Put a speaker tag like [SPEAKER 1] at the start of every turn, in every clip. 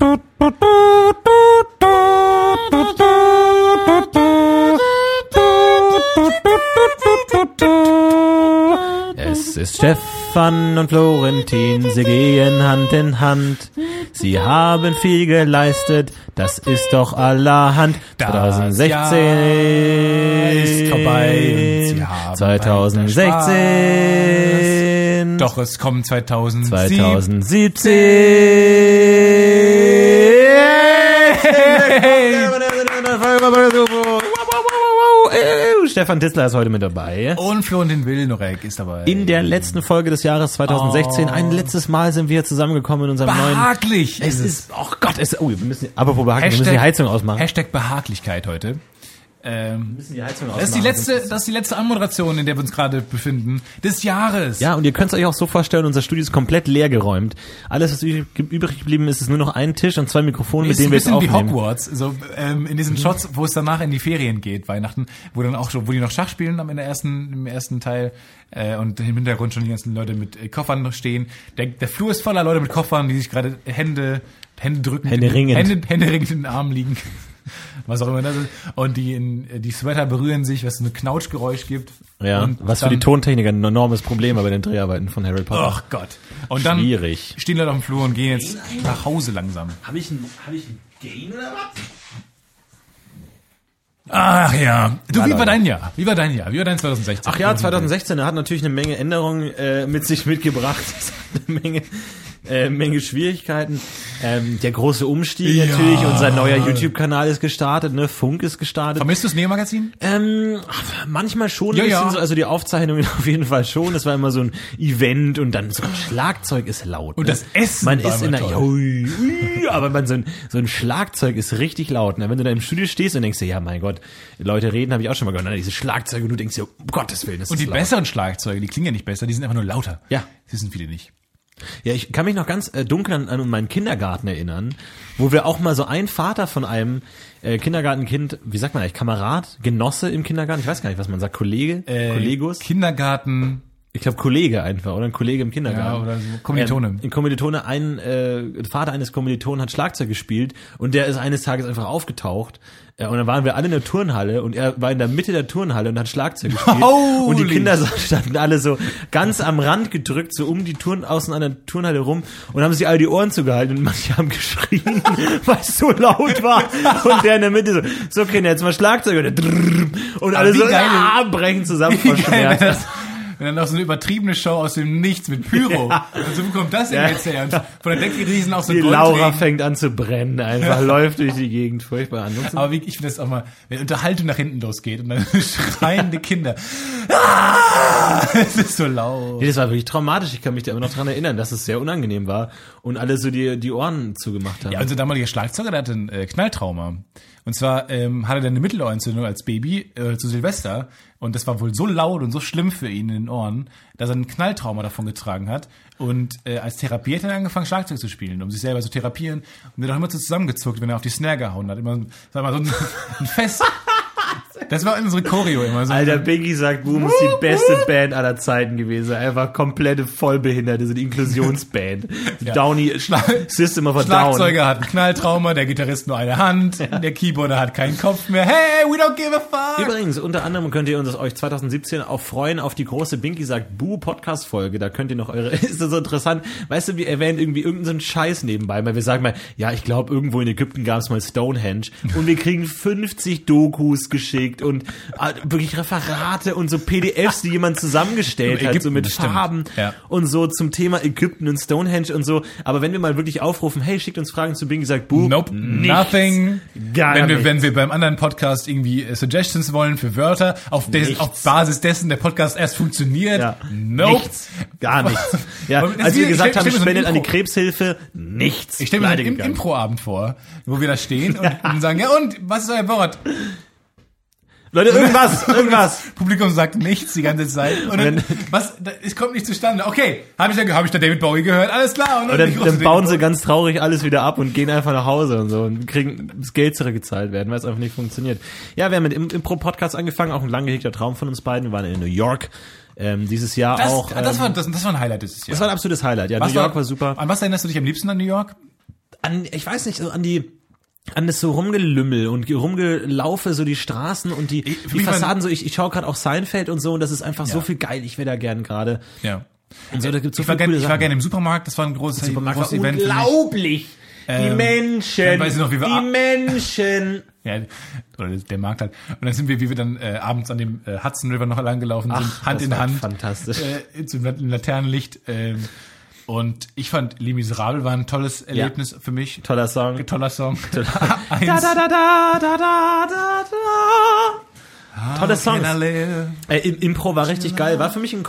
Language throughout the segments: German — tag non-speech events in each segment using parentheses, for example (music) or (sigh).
[SPEAKER 1] Äh,
[SPEAKER 2] Es ist Stefan und Florentin, sie gehen Hand in Hand. Sie haben viel geleistet, das ist doch allerhand. 2016
[SPEAKER 1] ist vorbei und sie haben
[SPEAKER 2] 2016.
[SPEAKER 1] Doch es kommt 2007.
[SPEAKER 2] 2017. Äh, Stefan Titzler ist heute mit dabei.
[SPEAKER 1] Und Florentin Wilnorek ist dabei.
[SPEAKER 2] In der letzten Folge des Jahres 2016, ein letztes Mal sind wir zusammengekommen in unserem neuen.
[SPEAKER 1] behaglich
[SPEAKER 2] Es ist, oh Gott, es, oh, wir müssen, aber wo behaglich, wir müssen die Heizung ausmachen.
[SPEAKER 1] Hashtag Behaglichkeit heute. Ähm,
[SPEAKER 2] müssen die Heizung ausmachen.
[SPEAKER 1] das, ist die letzte, das ist die letzte Anmoderation, in der wir uns gerade befinden, des Jahres.
[SPEAKER 2] Ja, und ihr könnt es euch auch so vorstellen, unser Studio ist komplett leer geräumt. Alles, was übrig übrig geblieben ist, ist nur noch ein Tisch und zwei Mikrofone, mit
[SPEAKER 1] ist ein
[SPEAKER 2] denen wir jetzt
[SPEAKER 1] bisschen wie
[SPEAKER 2] aufnehmen. Mhm.
[SPEAKER 1] Hogwarts, so ähm, in diesen Shots, wo es danach in die Ferien geht, Weihnachten, wo dann auch so, wo die noch Schach spielen am in der ersten, im ersten Teil äh, und im Hintergrund schon die ganzen Leute mit äh, Koffern noch stehen. Der, der Flur ist voller Leute mit Koffern, die sich gerade Hände, Hände drücken,
[SPEAKER 2] Hände ringend.
[SPEAKER 1] Hände, Hände ringend in den Armen liegen. (laughs) Was auch immer das ist. Und die, in, äh, die Sweater berühren sich, was so ein Knautschgeräusch gibt.
[SPEAKER 2] Ja,
[SPEAKER 1] und
[SPEAKER 2] was für die Tontechniker ein enormes Problem war bei den Dreharbeiten von Harry Potter.
[SPEAKER 1] Ach Gott. Und dann
[SPEAKER 2] Schwierig.
[SPEAKER 1] stehen Leute auf dem Flur und gehen jetzt nach Hause langsam.
[SPEAKER 2] Habe ich einen hab ich einen Gain oder was?
[SPEAKER 1] Ach ja. Du, wie
[SPEAKER 2] Leute.
[SPEAKER 1] war dein Jahr? Wie war dein Jahr? Wie war dein 2016?
[SPEAKER 2] Ach ja, 2016 er hat natürlich eine Menge Änderungen äh, mit sich mitgebracht. Es hat (laughs) eine Menge, äh, Menge Schwierigkeiten. Ähm, der große Umstieg
[SPEAKER 1] Ja.
[SPEAKER 2] natürlich. Unser neuer YouTube-Kanal ist gestartet. Ne? Funk ist gestartet.
[SPEAKER 1] Vermisst du das Nähmagazin?
[SPEAKER 2] Ähm, ach, manchmal schon ein
[SPEAKER 1] Ja,
[SPEAKER 2] bisschen
[SPEAKER 1] ja.
[SPEAKER 2] so, also die Aufzeichnungen (laughs) auf jeden Fall schon. Das war immer so ein Event und dann so ein Schlagzeug ist laut. ne?
[SPEAKER 1] Und das Essen
[SPEAKER 2] Man
[SPEAKER 1] war
[SPEAKER 2] ist in
[SPEAKER 1] immer
[SPEAKER 2] der,
[SPEAKER 1] toll.
[SPEAKER 2] Ui, ui, aber man, so, ein, so ein Schlagzeug ist richtig laut. Ne? Wenn du da im Studio stehst und denkst dir, ja mein Gott, Leute reden, habe ich auch schon mal gehört. Ne? Diese Schlagzeuge und du denkst dir, um Gottes Willen, das
[SPEAKER 1] Und
[SPEAKER 2] ist
[SPEAKER 1] die
[SPEAKER 2] laut.
[SPEAKER 1] besseren Schlagzeuge, die klingen ja nicht besser, die sind einfach nur lauter.
[SPEAKER 2] Ja.
[SPEAKER 1] Das wissen viele nicht.
[SPEAKER 2] Ja, ich kann mich noch ganz äh, dunkel an, an meinen Kindergarten erinnern, wo wir auch mal so ein Vater von einem äh, Kindergartenkind, wie sagt
[SPEAKER 3] Äh,
[SPEAKER 2] man eigentlich, Kamerad, Genosse im Äh, Kindergarten, ich weiß gar nicht, was man sagt, Kollege, Kollegos.
[SPEAKER 1] Kindergarten,
[SPEAKER 2] ich glaube, Kollege einfach oder ein Kollege im Kindergarten.
[SPEAKER 3] Ja, oder so. Kommilitone.
[SPEAKER 2] Ähm, ein Kommilitone, ein äh, Vater eines Kommilitonen hat Schlagzeug gespielt und der ist eines Tages einfach aufgetaucht. Äh, und dann waren wir alle in der Turnhalle und er war in der Mitte der Turnhalle und hat Schlagzeug gespielt. und die
[SPEAKER 3] Holy.
[SPEAKER 2] Kinder sa- standen alle so ganz am Rand gedrückt, so um die Turn, außen an der Turnhalle rum und haben sich alle die Ohren zugehalten und manche haben geschrien, weil es so laut war. Und der in der Mitte so, so Kinder, jetzt mal Schlagzeug. Und, der drrrr, und alle
[SPEAKER 3] wie
[SPEAKER 2] so,
[SPEAKER 3] geil.
[SPEAKER 2] ah, brechen zusammen
[SPEAKER 3] Wie (laughs)
[SPEAKER 2] vor
[SPEAKER 3] geil wäre
[SPEAKER 2] Schmerz.
[SPEAKER 3] das? Wenn dann noch so eine übertriebene Show aus dem Nichts mit Pyro. Also wo kommt das denn jetzt her? Und von der Decke riesen auch so
[SPEAKER 2] Die
[SPEAKER 3] ein
[SPEAKER 2] Laura
[SPEAKER 3] Goldregen.
[SPEAKER 2] fängt an zu brennen, einfach läuft durch die Gegend, furchtbar. Ansonsten
[SPEAKER 3] Aber wie, ich finde das auch mal, wenn Unterhaltung nach hinten losgeht und dann (laughs) schreiende
[SPEAKER 2] (laughs)
[SPEAKER 3] Kinder. Ah! Es ist so laut.
[SPEAKER 2] Nee, das war wirklich traumatisch. Ich kann mich da immer noch dran erinnern, dass es sehr unangenehm war und alle so die, die Ohren zugemacht haben.
[SPEAKER 3] Ja, unser damaliger Schlagzeuger, der hatte ein äh, Knalltrauma. Und zwar ähm, hatte der eine Mittelohrentzündung als Baby äh, zu Silvester. Und das war wohl so laut und so schlimm für ihn in den Ohren, dass er ein Knalltrauma davon getragen hat. Und äh, als Therapie hat er dann angefangen, Schlagzeug zu spielen, um sich selber zu therapieren. Und er hat auch immer so zusammengezuckt, wenn er auf die Snare gehauen hat. Immer, so- sag mal, so ein, (laughs) ein Fest. Das war unsere Choreo immer. So
[SPEAKER 2] Alter, Biggie sagt, Boom ist die beste Band aller Zeiten gewesen. Einfach komplette Vollbehinderte, so die (laughs) Inklusionsband. Downy,
[SPEAKER 3] Schlag-
[SPEAKER 2] System of a Down.
[SPEAKER 3] Schlagzeuger hat ein Knalltrauma, der Gitarrist nur eine Hand, der Keyboarder hat keinen Kopf mehr. Hey, we don't give a fuck!
[SPEAKER 2] Übrigens, unter anderem könnt ihr uns euch 2017 auch freuen auf die große Binky sagt Boo Podcast Folge. Da könnt ihr noch eure, (laughs) ist das so interessant. Weißt du, wir erwähnen irgendwie irgendeinen Scheiß nebenbei, weil wir sagen mal, ja, ich glaube, irgendwo in Ägypten gab es mal Stonehenge und wir kriegen 50 Dokus geschickt und ah, wirklich Referate und so PDFs, die jemand
[SPEAKER 3] (laughs) Über
[SPEAKER 2] zusammengestellt hat, so
[SPEAKER 3] Ägypten,
[SPEAKER 2] mit
[SPEAKER 3] das stimmt.
[SPEAKER 2] Farben
[SPEAKER 3] Ja.
[SPEAKER 2] und so zum Thema Ägypten und Stonehenge und so. Aber wenn wir mal wirklich aufrufen, hey, schickt uns Fragen zu Binky sagt Boo.
[SPEAKER 3] Nope,
[SPEAKER 2] nichts.
[SPEAKER 3] nothing.
[SPEAKER 2] Gar
[SPEAKER 3] wenn, wir,
[SPEAKER 2] nichts.
[SPEAKER 3] wenn wir beim anderen Podcast irgendwie äh, Suggestions wollen für Wörter, auf, des,
[SPEAKER 2] Nichts.
[SPEAKER 3] auf Basis dessen der Podcast erst funktioniert,
[SPEAKER 2] Ja.
[SPEAKER 3] nope.
[SPEAKER 2] Nichts. Gar nichts.
[SPEAKER 3] (laughs)
[SPEAKER 2] Ja,
[SPEAKER 3] Und das
[SPEAKER 2] als
[SPEAKER 3] ist
[SPEAKER 2] wir
[SPEAKER 3] wie-
[SPEAKER 2] gesagt
[SPEAKER 3] ich stell-
[SPEAKER 2] haben,
[SPEAKER 3] ich stell mir so ein
[SPEAKER 2] spendet an die
[SPEAKER 3] Impro-
[SPEAKER 2] Krebshilfe, nichts.
[SPEAKER 3] Ich stelle mir
[SPEAKER 2] Pleite
[SPEAKER 3] einen Im
[SPEAKER 2] gegangen.
[SPEAKER 3] Improabend vor, wo wir da
[SPEAKER 2] (laughs)
[SPEAKER 3] stehen und, und sagen, ja und, was ist euer Wort?
[SPEAKER 2] (laughs) Leute, irgendwas, irgendwas.
[SPEAKER 3] Publikum sagt nichts die ganze Zeit. Und dann,
[SPEAKER 2] Wenn-
[SPEAKER 3] was, da- es kommt nicht zustande. Okay, habe ich, da ge- hab ich da David Bowie gehört? Alles klar.
[SPEAKER 2] Und
[SPEAKER 3] die
[SPEAKER 2] dann,
[SPEAKER 3] große
[SPEAKER 2] dann
[SPEAKER 3] David
[SPEAKER 2] bauen
[SPEAKER 3] Bowie.
[SPEAKER 2] sie ganz traurig alles wieder ab und gehen einfach nach Hause und so und kriegen das Geld zurückgezahlt werden, weil es einfach nicht funktioniert. Ja, wir haben mit Im- Impro-Podcast angefangen, auch ein lang gehegter Traum von uns beiden. Wir waren in New York ähm, dieses Jahr
[SPEAKER 3] das,
[SPEAKER 2] auch.
[SPEAKER 3] das,
[SPEAKER 2] ähm,
[SPEAKER 3] war, das, das war ein Highlight dieses Jahr.
[SPEAKER 2] das war ein absolutes Highlight. Ja,
[SPEAKER 3] Was
[SPEAKER 2] New York war super.
[SPEAKER 3] An was erinnerst du dich am liebsten an New York?
[SPEAKER 2] an, ich weiß nicht, so an die, an das so rumgelümmel und ge- rumgelaufe, so die Straßen und die,
[SPEAKER 3] für
[SPEAKER 2] die
[SPEAKER 3] mich war-
[SPEAKER 2] Fassaden, so ich, ich schaue gerade auch Seinfeld und so und das ist einfach so viel geil, ich wäre da gern gerade.
[SPEAKER 3] Ja.
[SPEAKER 2] Und so, da gibt's so
[SPEAKER 3] Ich war,
[SPEAKER 2] viele
[SPEAKER 3] gerne,
[SPEAKER 2] coole
[SPEAKER 3] ich war
[SPEAKER 2] Sachen.
[SPEAKER 3] gerne im Supermarkt, das war ein großes,
[SPEAKER 2] Supermarkt
[SPEAKER 3] großes
[SPEAKER 2] war
[SPEAKER 3] Event. für mich.
[SPEAKER 2] unglaublich! die
[SPEAKER 3] Ähm,
[SPEAKER 2] Menschen!
[SPEAKER 3] dann weiß ich noch, wie wir
[SPEAKER 2] die
[SPEAKER 3] ab-
[SPEAKER 2] Menschen!
[SPEAKER 3] Ja, oder der Markt halt. Und dann sind wir, wie wir dann äh, abends an dem äh, Hudson River noch lang gelaufen sind,
[SPEAKER 2] Ach,
[SPEAKER 3] Hand
[SPEAKER 2] das
[SPEAKER 3] in
[SPEAKER 2] war
[SPEAKER 3] Hand.
[SPEAKER 2] fantastisch.
[SPEAKER 3] Äh, zum Lat- Laternenlicht. Ähm, und ich fand Les Miserables war ein tolles Erlebnis für mich.
[SPEAKER 2] (laughs) Toller Song.
[SPEAKER 3] Toller Song. (laughs) Eins.
[SPEAKER 2] Da, da, da, da, da, da, da, da.
[SPEAKER 3] Ah,
[SPEAKER 2] Tolle Songs.
[SPEAKER 3] Can I live?
[SPEAKER 2] Äh, Im- Impro war richtig geil. War für mich ein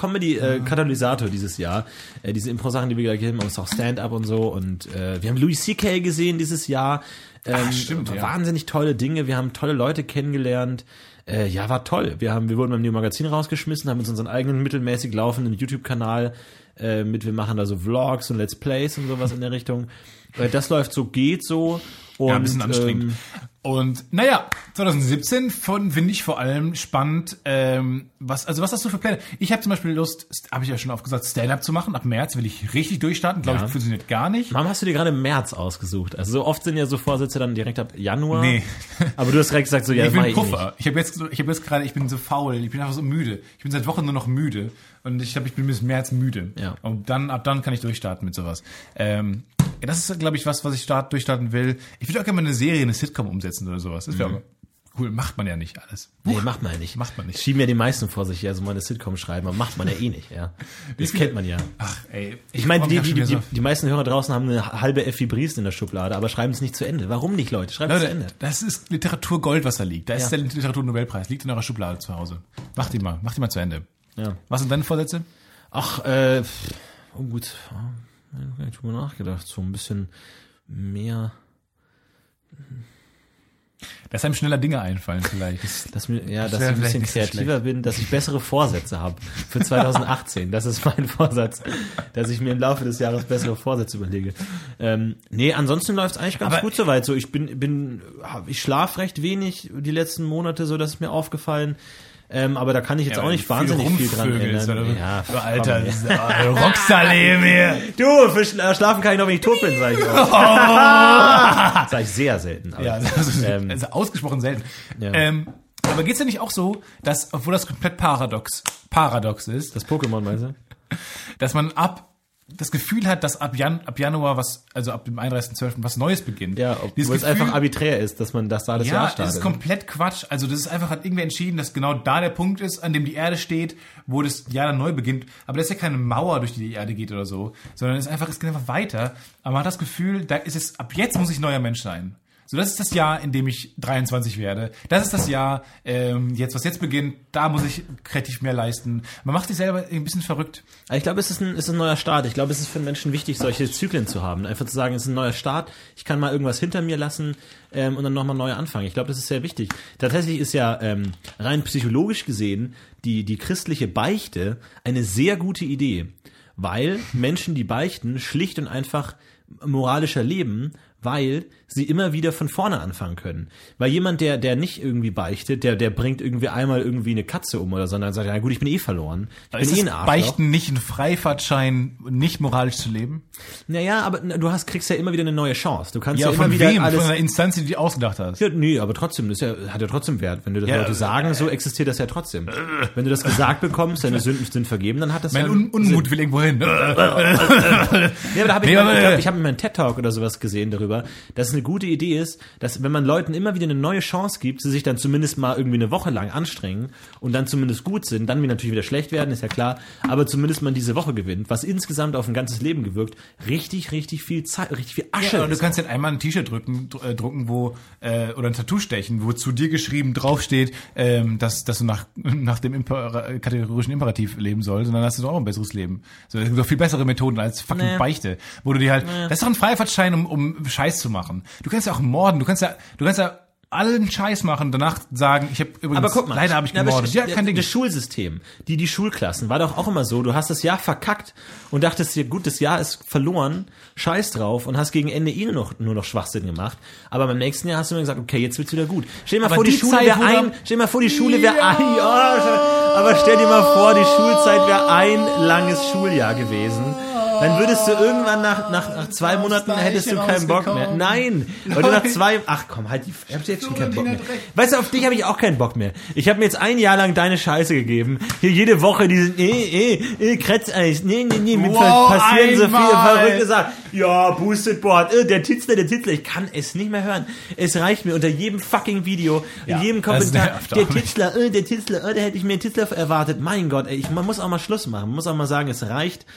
[SPEAKER 2] Comedy-Katalysator dieses Jahr. Äh, diese Impro-Sachen, die wir gleich haben, uns auch Stand-up und so. Und äh, wir haben Louis C.K. gesehen dieses Jahr. Ähm,
[SPEAKER 3] stimmt, ja.
[SPEAKER 2] Wahnsinnig tolle Dinge. Wir haben tolle Leute kennengelernt. Äh, ja, war toll. Wir, haben, wir wurden beim New Magazin rausgeschmissen, haben uns unseren eigenen mittelmäßig laufenden YouTube-Kanal äh, mit, wir machen da so Vlogs und Let's Plays und sowas in der Richtung. Äh, das läuft so, geht so. Und,
[SPEAKER 3] Ja, ein bisschen anstrengend.
[SPEAKER 2] ähm,
[SPEAKER 3] und naja, 2017 von finde ich vor allem spannend. Ähm, was, also was hast du für Pläne? Ich habe zum Beispiel Lust, habe ich ja schon oft gesagt, Stand-up zu machen. Ab März will ich richtig durchstarten. Glaube ich, funktioniert gar nicht.
[SPEAKER 2] Warum hast du dir gerade März ausgesucht? Also so oft sind ja so Vorsätze dann direkt ab Januar.
[SPEAKER 3] Nee.
[SPEAKER 2] Aber du hast direkt gesagt so, ja,
[SPEAKER 3] ich
[SPEAKER 2] das mach
[SPEAKER 3] bin
[SPEAKER 2] ich nicht.
[SPEAKER 3] Puffer. Ich, hab habe jetzt, so- ich habe jetzt gerade, ich bin so faul. Ich bin einfach so müde. Ich bin seit Wochen nur noch müde. Und ich glaube, ich bin bis März müde.
[SPEAKER 2] Ja.
[SPEAKER 3] Und dann, ab dann kann ich durchstarten mit sowas. Ähm, ja, das ist, glaube ich, was, was ich start, durchstarten will. Ich würde auch gerne mal eine Serie, eine Sitcom umsetzen oder sowas. Das wäre auch cool. Macht man Mhm. ja nicht alles.
[SPEAKER 2] Nee, macht man ja nicht.
[SPEAKER 3] Macht man nicht.
[SPEAKER 2] Schieben ja die meisten vor sich, ja, so mal eine Sitcom schreiben, aber macht man ja eh nicht, (laughs) ja. Das kennt man ja.
[SPEAKER 3] Ach, ey.
[SPEAKER 2] Ich meine,
[SPEAKER 3] freu
[SPEAKER 2] die,
[SPEAKER 3] mich auch
[SPEAKER 2] die,
[SPEAKER 3] schon wieder
[SPEAKER 2] die, die,
[SPEAKER 3] so.
[SPEAKER 2] die meisten Hörer draußen haben eine halbe Effi Briest in der Schublade, aber schreiben es nicht zu Ende. Warum nicht, Leute? Schreibt es zu Ende.
[SPEAKER 3] Leute, das ist Literatur Gold, was da liegt. Da
[SPEAKER 2] Ja.
[SPEAKER 3] ist der Literaturnobelpreis. Liegt in eurer Schublade zu Hause. Macht ihn mal. Macht ihn mal zu Ende.
[SPEAKER 2] Ja.
[SPEAKER 3] Was sind deine Vorsätze?
[SPEAKER 2] Ach, äh, pff, oh gut. Ja, Ich hab drüber nachgedacht, so ein bisschen mehr.
[SPEAKER 3] Dass einem schneller Dinge einfallen vielleicht.
[SPEAKER 2] (laughs)
[SPEAKER 3] Das
[SPEAKER 2] Dass, mir, ja,
[SPEAKER 3] Das
[SPEAKER 2] dass ich
[SPEAKER 3] wär
[SPEAKER 2] ein
[SPEAKER 3] vielleicht
[SPEAKER 2] bisschen
[SPEAKER 3] nicht so
[SPEAKER 2] kreativer bin, dass ich bessere Vorsätze habe für
[SPEAKER 3] (laughs)
[SPEAKER 2] 2018. das ist mein Vorsatz, dass ich mir im Laufe des Jahres bessere Vorsätze überlege. Ähm, nee, ansonsten läuft es eigentlich ganz
[SPEAKER 3] Aber-
[SPEAKER 2] gut soweit. So, ich bin, bin, hab- ich schlafe recht wenig die letzten Monate, so das ist mir aufgefallen. Äh, Ähm, aber da kann ich jetzt auch nicht wahnsinnig viel dran ändern.
[SPEAKER 3] Ja,
[SPEAKER 2] Ja,
[SPEAKER 3] du alter Sa- Rocksalem hier.
[SPEAKER 2] Du, für schla- schlafen kann ich noch, wenn ich tot bin, sag ich auch. (laughs) sag ich sehr selten. Aber
[SPEAKER 3] Oh. Ja,
[SPEAKER 2] (laughs)
[SPEAKER 3] das ist,
[SPEAKER 2] Ähm.
[SPEAKER 3] also ausgesprochen selten.
[SPEAKER 2] Ja.
[SPEAKER 3] Ähm, aber geht's ja nicht auch so, dass, obwohl das komplett paradox, paradox ist,
[SPEAKER 2] Das Pokémon, meinst du?
[SPEAKER 3] dass man ab das Gefühl hat, dass ab, Jan, ab Januar was, also ab dem 31.12. was Neues beginnt.
[SPEAKER 2] Ja,
[SPEAKER 3] Dieses
[SPEAKER 2] obwohl es
[SPEAKER 3] Gefühl-
[SPEAKER 2] einfach arbiträr ist, dass man das da das
[SPEAKER 3] Ja,
[SPEAKER 2] Jahr
[SPEAKER 3] das
[SPEAKER 2] startet.
[SPEAKER 3] ist komplett Quatsch. Also das ist einfach, hat irgendwer entschieden, dass genau da der Punkt ist, an dem die Erde steht, wo das Jahr dann neu beginnt. Aber das ist ja keine Mauer, durch die die Erde geht oder so, sondern es ist einfach, es geht einfach weiter. Aber man hat das Gefühl, da ist es, ab jetzt muss ich neuer Mensch sein. So, das ist das Jahr, in dem ich 23 werde. Das ist das Jahr, ähm, jetzt, was jetzt beginnt, da muss ich kreativ mehr leisten. Man macht sich selber ein bisschen verrückt.
[SPEAKER 2] Aber Ich glaube, es ist, ein, es ist ein neuer Start. Ich glaube, es ist für Menschen wichtig, solche Zyklen zu haben. Einfach zu sagen, es ist ein neuer Start, ich kann mal irgendwas hinter mir lassen ähm, und dann nochmal neu anfangen. Ich glaube, das ist sehr wichtig. Tatsächlich ist ja ähm, rein psychologisch gesehen die, die christliche Beichte eine sehr gute Idee, weil Menschen, die beichten, schlicht und einfach moralischer leben, weil sie immer wieder von vorne anfangen können. Weil jemand, der, der nicht irgendwie beichtet, der, der bringt irgendwie einmal irgendwie eine Katze um oder so, und dann sagt er, na gut, ich bin eh verloren. Ich bin
[SPEAKER 3] Ist
[SPEAKER 2] eh
[SPEAKER 3] das
[SPEAKER 2] ein Arschloch.
[SPEAKER 3] Beichten nicht ein Freifahrtschein, nicht moralisch zu leben?
[SPEAKER 2] Naja, aber n- du hast, kriegst ja immer wieder eine neue Chance. Du kannst ja,
[SPEAKER 3] Ja,
[SPEAKER 2] immer
[SPEAKER 3] von
[SPEAKER 2] wieder
[SPEAKER 3] wem?
[SPEAKER 2] alles.
[SPEAKER 3] Von einer Instanz, die du dir ausgedacht hast.
[SPEAKER 2] ja, nee, aber trotzdem, das ist ja, hat ja trotzdem Wert. Wenn dir das
[SPEAKER 3] Ja,
[SPEAKER 2] Leute
[SPEAKER 3] äh,
[SPEAKER 2] sagen, so existiert das ja trotzdem. Wenn du das gesagt bekommst, deine Sünden sind vergeben, dann hat das
[SPEAKER 3] Mein
[SPEAKER 2] ja
[SPEAKER 3] Un
[SPEAKER 2] einen
[SPEAKER 3] Unmut will irgendwo
[SPEAKER 2] (laughs)
[SPEAKER 3] hin.
[SPEAKER 2] Nee, aber da habe ich,
[SPEAKER 3] Nee,
[SPEAKER 2] mal-
[SPEAKER 3] aber-
[SPEAKER 2] ich, glaub, ich habe in meinem TED Talk oder sowas gesehen darüber, dass es eine gute Idee ist, dass wenn man Leuten immer wieder eine neue Chance gibt, sie sich dann zumindest mal irgendwie eine Woche lang anstrengen und dann zumindest gut sind, dann wir natürlich wieder schlecht werden, ist ja klar, aber zumindest man diese Woche gewinnt, was insgesamt auf ein ganzes Leben gewirkt, richtig, richtig viel Zeit, richtig viel Asche.
[SPEAKER 3] Ja, und du
[SPEAKER 2] ist.
[SPEAKER 3] kannst jetzt einmal ein T-Shirt drücken, dr- äh, drucken, wo äh, oder ein Tattoo stechen, wo zu dir geschrieben draufsteht, ähm, dass, dass du nach, nach dem Imper kategorischen Imperativ leben sollst, und dann hast du doch auch ein besseres Leben. So, es gibt doch viel bessere Methoden als fucking Beichte, wo du dir halt, das ist doch ein Freifahrtschein, um, um Scheiß zu machen. Du kannst ja auch morden, du kannst ja, du kannst ja allen Scheiß machen, danach sagen, ich habe übrigens,
[SPEAKER 2] Aber guck mal,
[SPEAKER 3] leider habe ich
[SPEAKER 2] na, aber
[SPEAKER 3] gemordet.
[SPEAKER 2] sch-
[SPEAKER 3] Ja, kein Ding.
[SPEAKER 2] Das Schulsystem, die, die Schulklassen, war doch auch immer so. Du hast das Jahr verkackt und dachtest dir, gut, das Jahr ist verloren, scheiß drauf und hast gegen Ende eh nur noch, nur noch Schwachsinn gemacht. Aber beim nächsten Jahr hast du immer gesagt, okay, jetzt wird's wieder gut. Stell dir mal
[SPEAKER 3] Aber
[SPEAKER 2] vor, die,
[SPEAKER 3] die
[SPEAKER 2] Schule
[SPEAKER 3] Zeit,
[SPEAKER 2] wäre
[SPEAKER 3] wo
[SPEAKER 2] ein,
[SPEAKER 3] man-
[SPEAKER 2] stell dir mal vor, die Schule wäre ein, ja, sch- aber stell dir mal vor, die Schulzeit wäre ein langes Schuljahr gewesen. Dann würdest du irgendwann nach, nach, nach zwei Monaten hättest du keinen Bock mehr.
[SPEAKER 3] rausgekommen.
[SPEAKER 2] Nein, weil du nach
[SPEAKER 3] Nein.
[SPEAKER 2] zwei, ach komm, halt, die, ich hab jetzt schon keinen Bock mehr.
[SPEAKER 3] Florentina Dreck.
[SPEAKER 2] Weißt du, auf dich habe ich auch keinen Bock mehr. Ich habe mir jetzt ein Jahr lang deine Scheiße gegeben. Hier jede Woche diesen äh, äh, äh, Kretzeis. Nee, nee, nee, mit
[SPEAKER 3] Wow,
[SPEAKER 2] ver- passieren so viele
[SPEAKER 3] einmal.
[SPEAKER 2] verrückte Sachen. Ja, Boosted Board, äh, der Titzler, der Titzler. Ich kann es nicht mehr hören. Es reicht mir unter jedem fucking Video, in jedem
[SPEAKER 3] das
[SPEAKER 2] Kommentar.
[SPEAKER 3] nervt
[SPEAKER 2] Der
[SPEAKER 3] auch nicht.
[SPEAKER 2] Titzler, äh, der Titzler, äh, da hätte ich mir einen Titzler erwartet. Mein Gott, ey, ich, man muss auch mal Schluss machen. Man muss auch mal sagen, es reicht.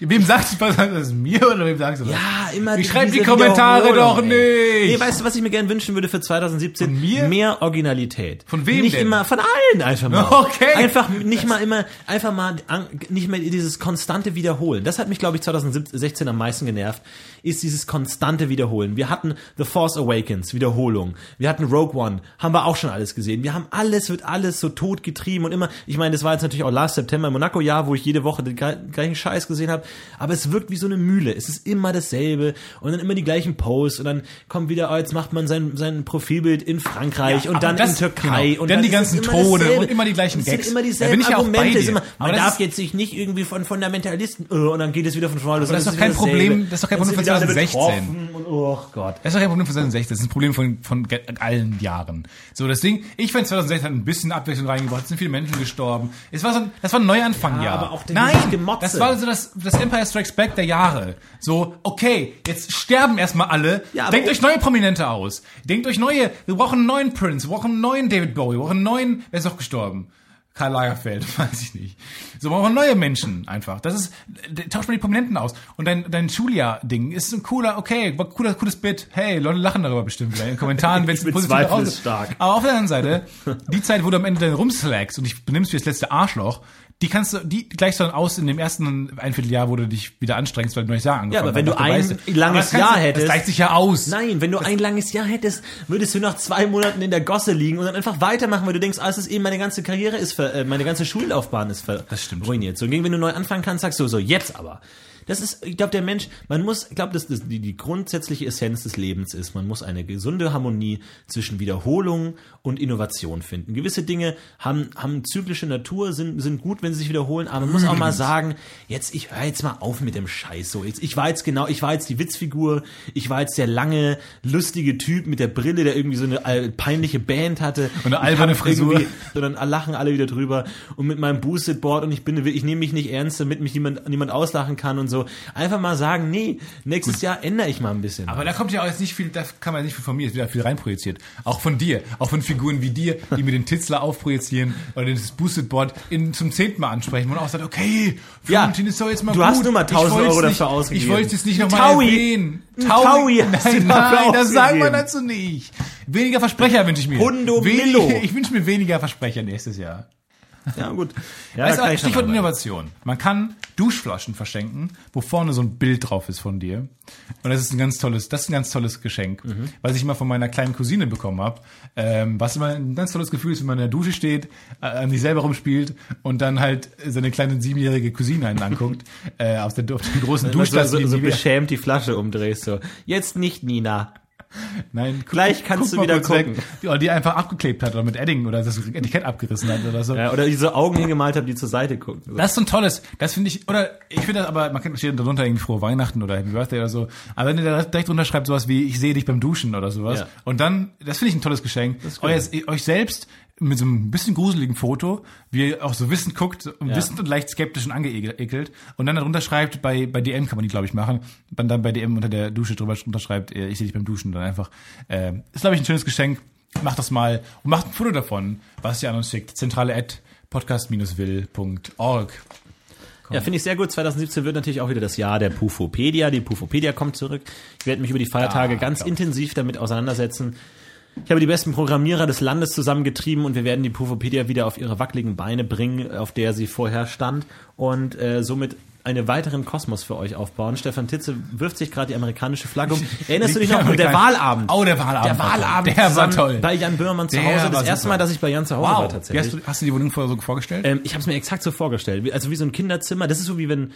[SPEAKER 3] Wem sagst du was? Sagst du das mir oder wem sagst du das?
[SPEAKER 2] Ja, Ah, immer
[SPEAKER 3] Ich
[SPEAKER 2] die-
[SPEAKER 3] schreib die
[SPEAKER 2] diese
[SPEAKER 3] Kommentare
[SPEAKER 2] Wiederholung,
[SPEAKER 3] doch
[SPEAKER 2] ey.
[SPEAKER 3] nicht.
[SPEAKER 2] Nee, weißt du, was ich mir gerne wünschen würde für 2017?
[SPEAKER 3] Von mir?
[SPEAKER 2] Mehr Originalität.
[SPEAKER 3] Von wem
[SPEAKER 2] Nicht
[SPEAKER 3] denn?
[SPEAKER 2] immer, von allen einfach mal.
[SPEAKER 3] Okay.
[SPEAKER 2] Einfach nicht mal immer, einfach mal an, nicht mehr dieses konstante Wiederholen. Das hat mich, glaube ich, 2016 am meisten genervt, ist dieses konstante Wiederholen. Wir hatten The Force Awakens, Wiederholung. Wir hatten Rogue One, haben wir auch schon alles gesehen. Wir haben alles, wird alles so tot getrieben und immer, ich meine, das war jetzt natürlich auch Last September im Monaco-Jahr, wo ich jede Woche den gle- gleichen Scheiß gesehen habe, aber es wirkt wie so eine Mühle. Es ist immer dasselbe und dann immer die gleichen Posts und dann kommt wieder, oh, jetzt macht man sein, sein Profilbild in Frankreich
[SPEAKER 3] Ja,
[SPEAKER 2] und
[SPEAKER 3] aber
[SPEAKER 2] dann
[SPEAKER 3] das-
[SPEAKER 2] in Türkei
[SPEAKER 3] genau.
[SPEAKER 2] und
[SPEAKER 3] Dann die
[SPEAKER 2] ist es
[SPEAKER 3] ganzen
[SPEAKER 2] immer
[SPEAKER 3] Tode
[SPEAKER 2] dasselbe.
[SPEAKER 3] und immer die gleichen
[SPEAKER 2] Es sind
[SPEAKER 3] Gags.
[SPEAKER 2] Immer
[SPEAKER 3] Da
[SPEAKER 2] dieselben
[SPEAKER 3] bin ich ja auch bei
[SPEAKER 2] Argumente.
[SPEAKER 3] dir.
[SPEAKER 2] Es ist Immer,
[SPEAKER 3] Aber
[SPEAKER 2] man
[SPEAKER 3] das
[SPEAKER 2] darf
[SPEAKER 3] ist-
[SPEAKER 2] jetzt sich nicht irgendwie von Fundamentalisten äh, und dann geht es wieder von vorne los.
[SPEAKER 3] Aber Also das
[SPEAKER 2] und
[SPEAKER 3] ist
[SPEAKER 2] es
[SPEAKER 3] doch kein
[SPEAKER 2] wieder dasselbe.
[SPEAKER 3] Problem- das ist doch kein
[SPEAKER 2] Dann
[SPEAKER 3] Problem
[SPEAKER 2] sind
[SPEAKER 3] von
[SPEAKER 2] wieder alle
[SPEAKER 3] 2016.
[SPEAKER 2] betroffen Und, oh Gott.
[SPEAKER 3] Das ist doch kein Problem von 2016, das ist ein Problem von, von ge- allen Jahren. So, das Ding, ich fand 2016 hat ein bisschen Abwechslung reingebracht, es sind viele Menschen gestorben. Es war so ein, das war ein Neuanfangjahr.
[SPEAKER 2] Ja, aber auch der-
[SPEAKER 3] Nein,
[SPEAKER 2] dieses Gemotze.
[SPEAKER 3] das war so das, das Empire Strikes Back der Jahre. So, okay, jetzt sterben erstmal alle.
[SPEAKER 2] Ja, aber- oh
[SPEAKER 3] Denkt euch neue Prominente aus. Denkt euch neue, wir brauchen einen neuen Prince, wir brauchen einen neuen David Bowie, wir brauchen einen neuen, wer ist noch gestorben? Karl Lagerfeld, (laughs) weiß ich nicht. So, wir brauchen neue Menschen einfach. Das ist, d- tauscht mal die Prominenten aus. Und dein, dein Schuljahr-Ding ist ein cooler, okay, cooler, cooles Bit. Hey, Leute lachen darüber bestimmt wieder in den
[SPEAKER 2] (laughs)
[SPEAKER 3] Kommentaren, wenn es
[SPEAKER 2] bezweifle
[SPEAKER 3] positiv
[SPEAKER 2] es stark.
[SPEAKER 3] Aber auf der anderen Seite, die Zeit, wo du am Ende dann rumslackst und dich benimmst wie das letzte Arschloch, die kannst du, die gleichst du dann aus in dem ersten Einvierteljahr, wo du dich wieder anstrengst, weil du neues Jahr angefangen
[SPEAKER 2] Ja, aber wenn
[SPEAKER 3] hast,
[SPEAKER 2] du ein
[SPEAKER 3] weißt
[SPEAKER 2] langes
[SPEAKER 3] Aber das
[SPEAKER 2] Jahr
[SPEAKER 3] du-
[SPEAKER 2] hättest-
[SPEAKER 3] Das gleicht sich ja aus.
[SPEAKER 2] Nein, wenn du ein langes Jahr hättest, würdest du nach zwei Monaten in der Gosse liegen und dann einfach weitermachen, weil du denkst, ah, es ist eben meine ganze Karriere ist, ver, äh, meine ganze Schullaufbahn ist ver das stimmt. ruiniert. So, und gegen wenn du neu anfangen kannst, sagst du so, jetzt aber. Das ist, ich glaube, der Mensch, man muss, ich glaube, das, das, die, die grundsätzliche Essenz des Lebens ist, man muss eine gesunde Harmonie zwischen Wiederholung und Innovation finden. Gewisse Dinge haben, haben zyklische Natur, sind, sind gut, wenn sie sich wiederholen, aber man muss auch mal sagen, jetzt, ich höre jetzt mal auf mit dem Scheiß. So, jetzt, ich war jetzt genau, ich war jetzt die Witzfigur, ich war jetzt der lange, lustige Typ mit der Brille, der irgendwie so eine äh, peinliche Band hatte.
[SPEAKER 3] Und eine
[SPEAKER 2] Ich
[SPEAKER 3] alberne
[SPEAKER 2] hab irgendwie-
[SPEAKER 3] Frisur.
[SPEAKER 2] sondern lachen alle wieder drüber und mit meinem Boosted Board und ich bin ich nehme mich nicht ernst, damit mich niemand niemand auslachen kann und so. Einfach mal sagen, nee, nächstes Jahr ändere ich mal ein bisschen.
[SPEAKER 3] Genau. Aber da kommt ja auch jetzt nicht viel, da kann man nicht viel von mir, es wird ja viel reinprojiziert. Auch von dir, auch von Figuren wie dir, die mir den Titzler aufprojizieren oder das Boosted Board in, zum zehnten Mal ansprechen, wo man auch sagt, okay,
[SPEAKER 2] Ja,
[SPEAKER 3] Florentin ist doch jetzt mal
[SPEAKER 2] du
[SPEAKER 3] gut.
[SPEAKER 2] hast nur mal
[SPEAKER 3] Ich
[SPEAKER 2] 1000
[SPEAKER 3] wollt's
[SPEAKER 2] Euro
[SPEAKER 3] nicht,
[SPEAKER 2] dafür ausgegeben.
[SPEAKER 3] Ich wollte es jetzt nicht
[SPEAKER 2] Ein
[SPEAKER 3] nochmal
[SPEAKER 2] Taui.
[SPEAKER 3] erwähnen.
[SPEAKER 2] Ein Taui hast du
[SPEAKER 3] Nein,
[SPEAKER 2] dafür
[SPEAKER 3] nein, das sagen wir
[SPEAKER 2] ausgegeben.
[SPEAKER 3] dazu nicht. Weniger Versprecher wünsche ich mir.
[SPEAKER 2] Hundo
[SPEAKER 3] Wenig-
[SPEAKER 2] Milo.
[SPEAKER 3] Ich wünsche mir weniger Versprecher nächstes Jahr.
[SPEAKER 2] ja gut. Ja,
[SPEAKER 3] Weißt
[SPEAKER 2] da kann
[SPEAKER 3] du,
[SPEAKER 2] ich schon
[SPEAKER 3] Stichwort
[SPEAKER 2] arbeiten.
[SPEAKER 3] Innovation. Man kann Duschflaschen verschenken, wo vorne so ein Bild drauf ist von dir. Und das ist ein ganz tolles, das ist ein ganz tolles Geschenk,
[SPEAKER 2] Mhm.
[SPEAKER 3] was ich mal von meiner kleinen Cousine bekommen habe. Ähm, was immer ein ganz tolles Gefühl ist, wenn man in der Dusche steht, äh, an sich selber rumspielt und dann halt seine kleine siebenjährige Cousine einen
[SPEAKER 2] (laughs)
[SPEAKER 3] anguckt, äh, aus der, auf der großen
[SPEAKER 2] Wenn du so,
[SPEAKER 3] Duschtasse.
[SPEAKER 2] so,
[SPEAKER 3] die-
[SPEAKER 2] so
[SPEAKER 3] die wir-
[SPEAKER 2] beschämt die Flasche umdrehst so. Jetzt nicht Nina.
[SPEAKER 3] Nein, guck-
[SPEAKER 2] Gleich kannst du
[SPEAKER 3] mal
[SPEAKER 2] wieder
[SPEAKER 3] kurz
[SPEAKER 2] gucken.
[SPEAKER 3] weg. Die, oder die einfach abgeklebt hat oder mit Edding oder das Etikett abgerissen hat oder so.
[SPEAKER 2] Ja, oder die so Augen hingemalt habe, die zur Seite gucken. So.
[SPEAKER 3] Das ist so ein tolles, das finde ich, oder ich finde das aber, man kann steht darunter irgendwie frohe Weihnachten oder Happy Birthday oder so, aber wenn ihr da direkt drunter schreibt sowas wie, ich sehe dich beim Duschen oder sowas,
[SPEAKER 2] Ja.
[SPEAKER 3] und dann, das finde ich ein tolles Geschenk, euer, euch selbst mit so einem bisschen gruseligen Foto, wie ihr auch so wissend guckt, und wissend und leicht skeptisch und angeekelt, und dann darunter schreibt, bei, bei DM kann man die, glaube ich, machen, dann, dann bei DM unter der Dusche drüber drunter schreibt, äh, ich sehe dich beim Duschen, dann einfach, äh, ist, glaube ich, ein schönes Geschenk, macht das mal und macht ein Foto davon, was ihr an uns schickt, zentrale Ad, podcast-will.org.
[SPEAKER 2] Ja, finde ich sehr gut. 2017 wird natürlich auch wieder das Jahr der Pufopedia. Die Pufopedia kommt zurück. Ich werde mich über die Feiertage
[SPEAKER 3] Ah,
[SPEAKER 2] ganz
[SPEAKER 3] klar.
[SPEAKER 2] intensiv damit auseinandersetzen. Ich habe die besten Programmierer des Landes zusammengetrieben und wir werden die Pufopedia wieder auf ihre wackeligen Beine bringen, auf der sie vorher stand und äh, somit einen weiteren Kosmos für euch aufbauen. Stefan Titze wirft sich gerade die amerikanische Flagge
[SPEAKER 3] (laughs)
[SPEAKER 2] um. Erinnerst du dich noch an der Wahlabend?
[SPEAKER 3] Oh, der Wahlabend.
[SPEAKER 2] Der
[SPEAKER 3] war toll. Der
[SPEAKER 2] Wahlabend
[SPEAKER 3] war
[SPEAKER 2] zusammen
[SPEAKER 3] toll.
[SPEAKER 2] bei Jan Böhmermann zu
[SPEAKER 3] Der
[SPEAKER 2] Hause.
[SPEAKER 3] war
[SPEAKER 2] Das
[SPEAKER 3] super.
[SPEAKER 2] erste Mal, dass ich bei Jan zu Hause war
[SPEAKER 3] Wie
[SPEAKER 2] tatsächlich.
[SPEAKER 3] Hast, du, hast du die Wohnung vorher so vorgestellt?
[SPEAKER 2] Ähm, ich habe es mir exakt so vorgestellt, Wie- also wie so ein Kinderzimmer. Das ist so wie wenn,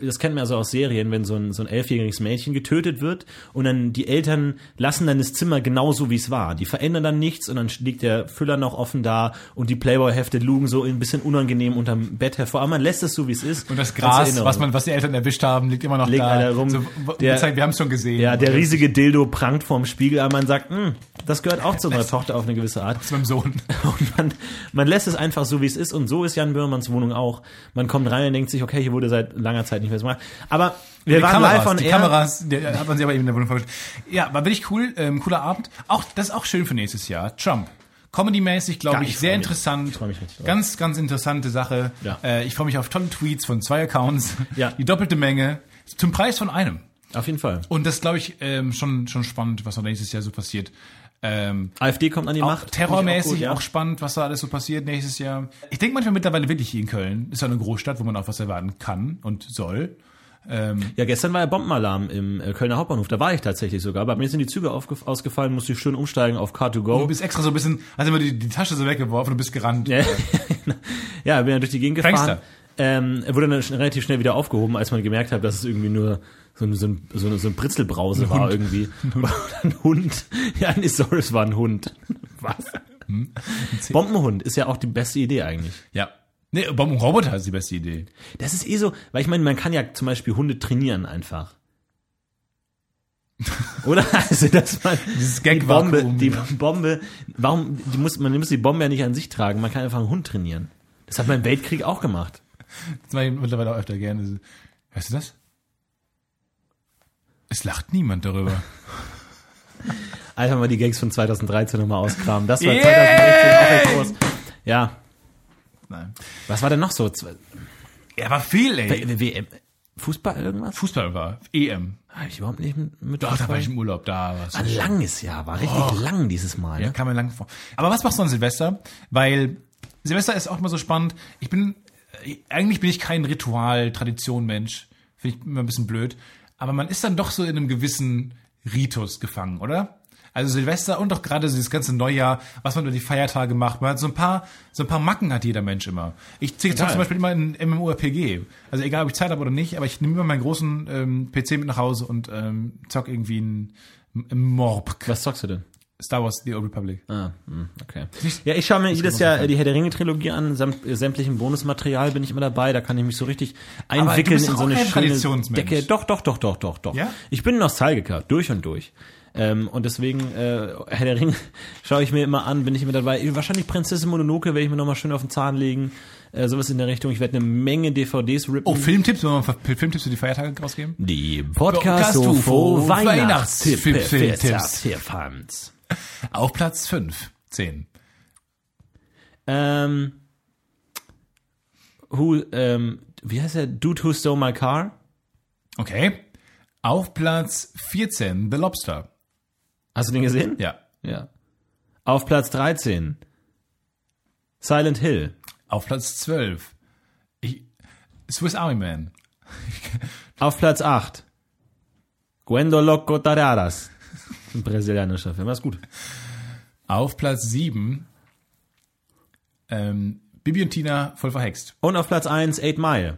[SPEAKER 2] das kennt man ja so aus Serien, wenn so ein, so ein elfjähriges Mädchen getötet wird und dann die Eltern lassen dann das Zimmer genauso wie es war. Die verändern dann nichts und dann liegt der Füller noch offen da und die Playboy-Hefte lugen so ein bisschen unangenehm unterm Bett hervor. Aber man lässt es so wie es ist.
[SPEAKER 3] und das
[SPEAKER 2] als
[SPEAKER 3] Gras,
[SPEAKER 2] Erinnerung.
[SPEAKER 3] was, man, was die Eltern erwischt haben, liegt immer noch
[SPEAKER 2] Liegt
[SPEAKER 3] da.
[SPEAKER 2] leider rum.
[SPEAKER 3] So, wo-
[SPEAKER 2] Der-
[SPEAKER 3] gezeigt, wir haben es schon gesehen.
[SPEAKER 2] ja, der riesige Dildo prangt vorm Spiegel, aber man sagt, "Hm, das gehört auch zu unserer Tochter auf eine gewisse Art. (laughs)
[SPEAKER 3] Zu meinem Sohn.
[SPEAKER 2] Und man, man lässt es einfach so, wie es ist. Und so ist Jan Böhmermanns Wohnung auch. Man kommt rein und denkt sich, okay, hier wurde seit langer Zeit nicht mehr so gemacht. Aber wir
[SPEAKER 3] die
[SPEAKER 2] waren
[SPEAKER 3] Kameras,
[SPEAKER 2] live on
[SPEAKER 3] die
[SPEAKER 2] air.
[SPEAKER 3] Kameras, der, hat man sich aber eben in der Wohnung vorgestellt. Ja, war wirklich cool, ähm, cooler Abend. Auch, das ist auch schön für nächstes Jahr. Trump. Comedy-mäßig, glaube
[SPEAKER 2] Ja,
[SPEAKER 3] ich,
[SPEAKER 2] ich freu
[SPEAKER 3] sehr
[SPEAKER 2] mich.
[SPEAKER 3] interessant.
[SPEAKER 2] Ich freu mich richtig drauf.
[SPEAKER 3] Ganz, ganz interessante Sache.
[SPEAKER 2] Ja.
[SPEAKER 3] Äh, ich freue mich auf tolle Tweets von zwei Accounts.
[SPEAKER 2] Ja.
[SPEAKER 3] Die doppelte Menge. Zum Preis von einem.
[SPEAKER 2] Auf jeden Fall.
[SPEAKER 3] Und das glaube ich ähm, schon schon spannend, was noch nächstes Jahr so passiert. Ähm,
[SPEAKER 2] AfD kommt an die
[SPEAKER 3] auch
[SPEAKER 2] Macht.
[SPEAKER 3] terrormäßig auch,
[SPEAKER 2] Finde ich gut, ja.
[SPEAKER 3] spannend, was da alles so passiert nächstes Jahr. Ich denke manchmal mittlerweile wirklich hier in Köln ist ja eine Großstadt, wo man auch was erwarten kann und soll.
[SPEAKER 2] Ja, gestern war ja Bombenalarm im äh, Kölner Hauptbahnhof. Da war ich tatsächlich sogar. Aber mir sind die Züge aufge- ausgefallen, musste ich schön umsteigen auf
[SPEAKER 3] Du
[SPEAKER 2] Car2Go.
[SPEAKER 3] bist extra so ein bisschen, hast immer die, die Tasche so weggeworfen und bist gerannt.
[SPEAKER 2] Ja, (laughs) ja, bin dann durch die Gegend gefahren.
[SPEAKER 3] Prankster.
[SPEAKER 2] Ähm, wurde dann schon relativ schnell wieder aufgehoben, als man gemerkt hat, dass es irgendwie nur so ein, so ein, so ein, so ein Britzelbrause war irgendwie. (laughs) Oder ein Hund. Ja, ein Isorus war ein Hund. (laughs) Was? Hm? Bombenhund ist ja auch die beste Idee eigentlich.
[SPEAKER 3] ja. Nee, Bombenroboter ist die beste Idee.
[SPEAKER 2] Das ist eh so, weil ich meine, man kann ja zum Beispiel Hunde trainieren (laughs) einfach. Oder? Also, dass man
[SPEAKER 3] Dieses
[SPEAKER 2] die Bombe,
[SPEAKER 3] Gag-Vakuum.
[SPEAKER 2] die Bombe, warum, die muss, man muss die Bombe ja nicht an sich tragen, man kann einfach einen Hund trainieren. Das hat man im Weltkrieg auch gemacht.
[SPEAKER 3] Das mache ich mittlerweile auch öfter gerne. Hörst du das? Es lacht niemand darüber.
[SPEAKER 2] einfach mal die Gags von 2013 nochmal auskramen. Das war
[SPEAKER 3] Yeah!
[SPEAKER 2] 2013 auch echt groß. Ja,
[SPEAKER 3] (laughs) Nein.
[SPEAKER 2] was war denn noch so? Zwe-
[SPEAKER 3] Ja, war viel, ey.
[SPEAKER 2] W- WM? Fußball irgendwas?
[SPEAKER 3] Fußball war EM.
[SPEAKER 2] Habe ich überhaupt nicht mit
[SPEAKER 3] Doch, da war ich
[SPEAKER 2] verfolgt.
[SPEAKER 3] im Urlaub, da war's.
[SPEAKER 2] Ein langes Jahr, war richtig lang dieses Mal. Ne?
[SPEAKER 3] Ja, kam mir lang vor. Aber was machst du an Silvester? Weil Silvester ist auch immer so spannend. Ich bin, äh, eigentlich bin ich kein Ritual-Tradition-Mensch. Finde ich immer ein bisschen blöd. Aber man ist dann doch so in einem gewissen Ritus gefangen, oder? Also Silvester und auch gerade so dieses ganze Neujahr, was man über die Feiertage macht. Man hat so ein paar, so ein paar Macken hat jeder Mensch immer. Ich ziehe zum Beispiel immer in MMORPG. Also egal, ob ich Zeit habe oder nicht, aber ich nehme immer meinen großen ähm, PC mit nach Hause und ähm, zock irgendwie ein Morb.
[SPEAKER 2] Was zockst du denn?
[SPEAKER 3] Star Wars The Old Republic.
[SPEAKER 2] Ah, hm, okay. Ja, ich schaue mir jedes Jahr äh, die Herr der Ringe-Trilogie an, samt äh, sämtlichem Bonusmaterial bin ich immer dabei, da kann ich mich so richtig einwickeln
[SPEAKER 3] bist
[SPEAKER 2] in
[SPEAKER 3] doch
[SPEAKER 2] so eine
[SPEAKER 3] auch ein
[SPEAKER 2] schöne
[SPEAKER 3] Traditionsmensch.
[SPEAKER 2] Decke. Doch, doch, doch, doch, doch, doch.
[SPEAKER 3] Ja?
[SPEAKER 2] Ich bin Nostalgiker, durch und durch. Ähm, und deswegen, äh, Herr der Ringe (laughs) schaue ich mir immer an, bin ich immer dabei. Wahrscheinlich Prinzessin Mononoke werde ich mir nochmal schön auf den Zahn legen. Äh, sowas in der Richtung. Ich werde eine Menge DVDs rippen.
[SPEAKER 3] Oh, Filmtipps, wollen wir mal Filmtipps für die Feiertage rausgeben?
[SPEAKER 2] Die Podcast-UFO
[SPEAKER 3] Podcast-UFO
[SPEAKER 2] Weihnachtstipps.
[SPEAKER 3] Weihnachtstipps.
[SPEAKER 2] Weihnachtstipps.
[SPEAKER 3] Auf Platz 5, 10.
[SPEAKER 2] Ähm, who, ähm, wie heißt der? Dude Who Stole My Car?
[SPEAKER 3] Okay. Auf Platz 14, The Lobster.
[SPEAKER 2] Hast du den gesehen?
[SPEAKER 3] Ja.
[SPEAKER 2] Ja. Auf Platz 13. Silent Hill.
[SPEAKER 3] Auf Platz 12, ich, Swiss Army Man.
[SPEAKER 2] Auf Platz 8. Guendo Loco Tararas. (laughs) Ein brasilianischer Film. Das ist gut.
[SPEAKER 3] Auf Platz 7, ähm, Bibi und Tina voll verhext.
[SPEAKER 2] Und auf Platz 1 Eight Mile.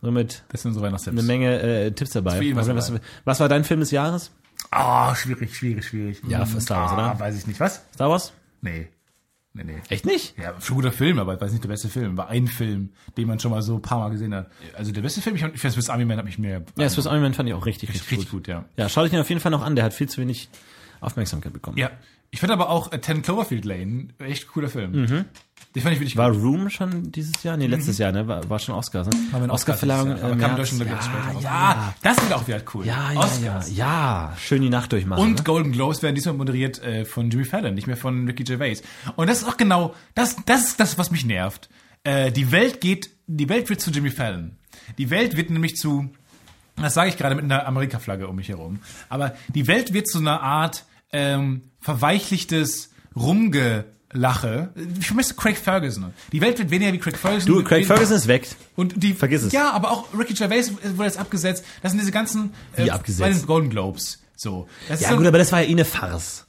[SPEAKER 2] Somit
[SPEAKER 3] Das sind unsere Weihnachtstipps.
[SPEAKER 2] eine Menge äh, Tipps dabei.
[SPEAKER 3] jeden was
[SPEAKER 2] Was, was, was war dein Film des Jahres?
[SPEAKER 3] Ah, schwierig, schwierig, schwierig.
[SPEAKER 2] Ja, für Star Wars,
[SPEAKER 3] ah,
[SPEAKER 2] oder?
[SPEAKER 3] Weiß ich nicht. Was?
[SPEAKER 2] Star Wars?
[SPEAKER 3] Nee. Nee, nee.
[SPEAKER 2] Echt nicht?
[SPEAKER 3] Ja, schon guter Film, aber weiß nicht der beste Film. War ein Film, den man schon mal so ein paar Mal gesehen hat. Also der beste Film, ich, ich weiß, Swiss Army Man hat mich mehr.
[SPEAKER 2] Ja, Swiss Army Man fand ich auch richtig, richtig,
[SPEAKER 3] richtig
[SPEAKER 2] gut.
[SPEAKER 3] gut, ja.
[SPEAKER 2] Ja, schau dich den auf jeden Fall noch an. Der hat viel zu wenig Aufmerksamkeit bekommen.
[SPEAKER 3] Ja. Ich finde aber auch äh, Ten Cloverfield Lane echt cooler Film. Mhm. Den fand ich wirklich
[SPEAKER 2] War Room schon dieses Jahr? Nee, letztes Jahr, ne? War, war schon Oscars, ne?
[SPEAKER 3] Mhm. Haben wir einen
[SPEAKER 2] Oscarverleihung
[SPEAKER 3] dieses Jahr,
[SPEAKER 2] im
[SPEAKER 3] aber kam in
[SPEAKER 2] März.
[SPEAKER 3] Deutschland wirklich erst später raus.
[SPEAKER 2] ja,
[SPEAKER 3] Ah, das wird auch wieder cool.
[SPEAKER 2] ja, ja, ja,
[SPEAKER 3] Oscars.
[SPEAKER 2] ja. Schön die Nacht durchmachen.
[SPEAKER 3] Und
[SPEAKER 2] ne?
[SPEAKER 3] Golden Globes werden diesmal moderiert äh, von Jimmy Fallon, nicht mehr von Ricky Gervais. Und das ist auch genau, das, das ist das, was mich nervt. Äh, die Welt geht, die Welt wird zu Jimmy Fallon. Die Welt wird nämlich zu, das sage ich gerade mit einer Amerika-Flagge um mich herum, aber die Welt wird zu einer Art ähm, verweichlichtes Rumgelache. Ich vermisse Craig Ferguson. Die Welt wird weniger wie Craig Ferguson.
[SPEAKER 2] du, Craig Ferguson ist weg.
[SPEAKER 3] Und die
[SPEAKER 2] Vergiss es.
[SPEAKER 3] Ja, aber auch Ricky Gervais wurde jetzt abgesetzt. Das sind diese ganzen äh,
[SPEAKER 2] Wie abgesetzt?
[SPEAKER 3] bei den Golden Globes. So. Das ist
[SPEAKER 2] Ja
[SPEAKER 3] so,
[SPEAKER 2] gut, aber das war ja eh eine Farce.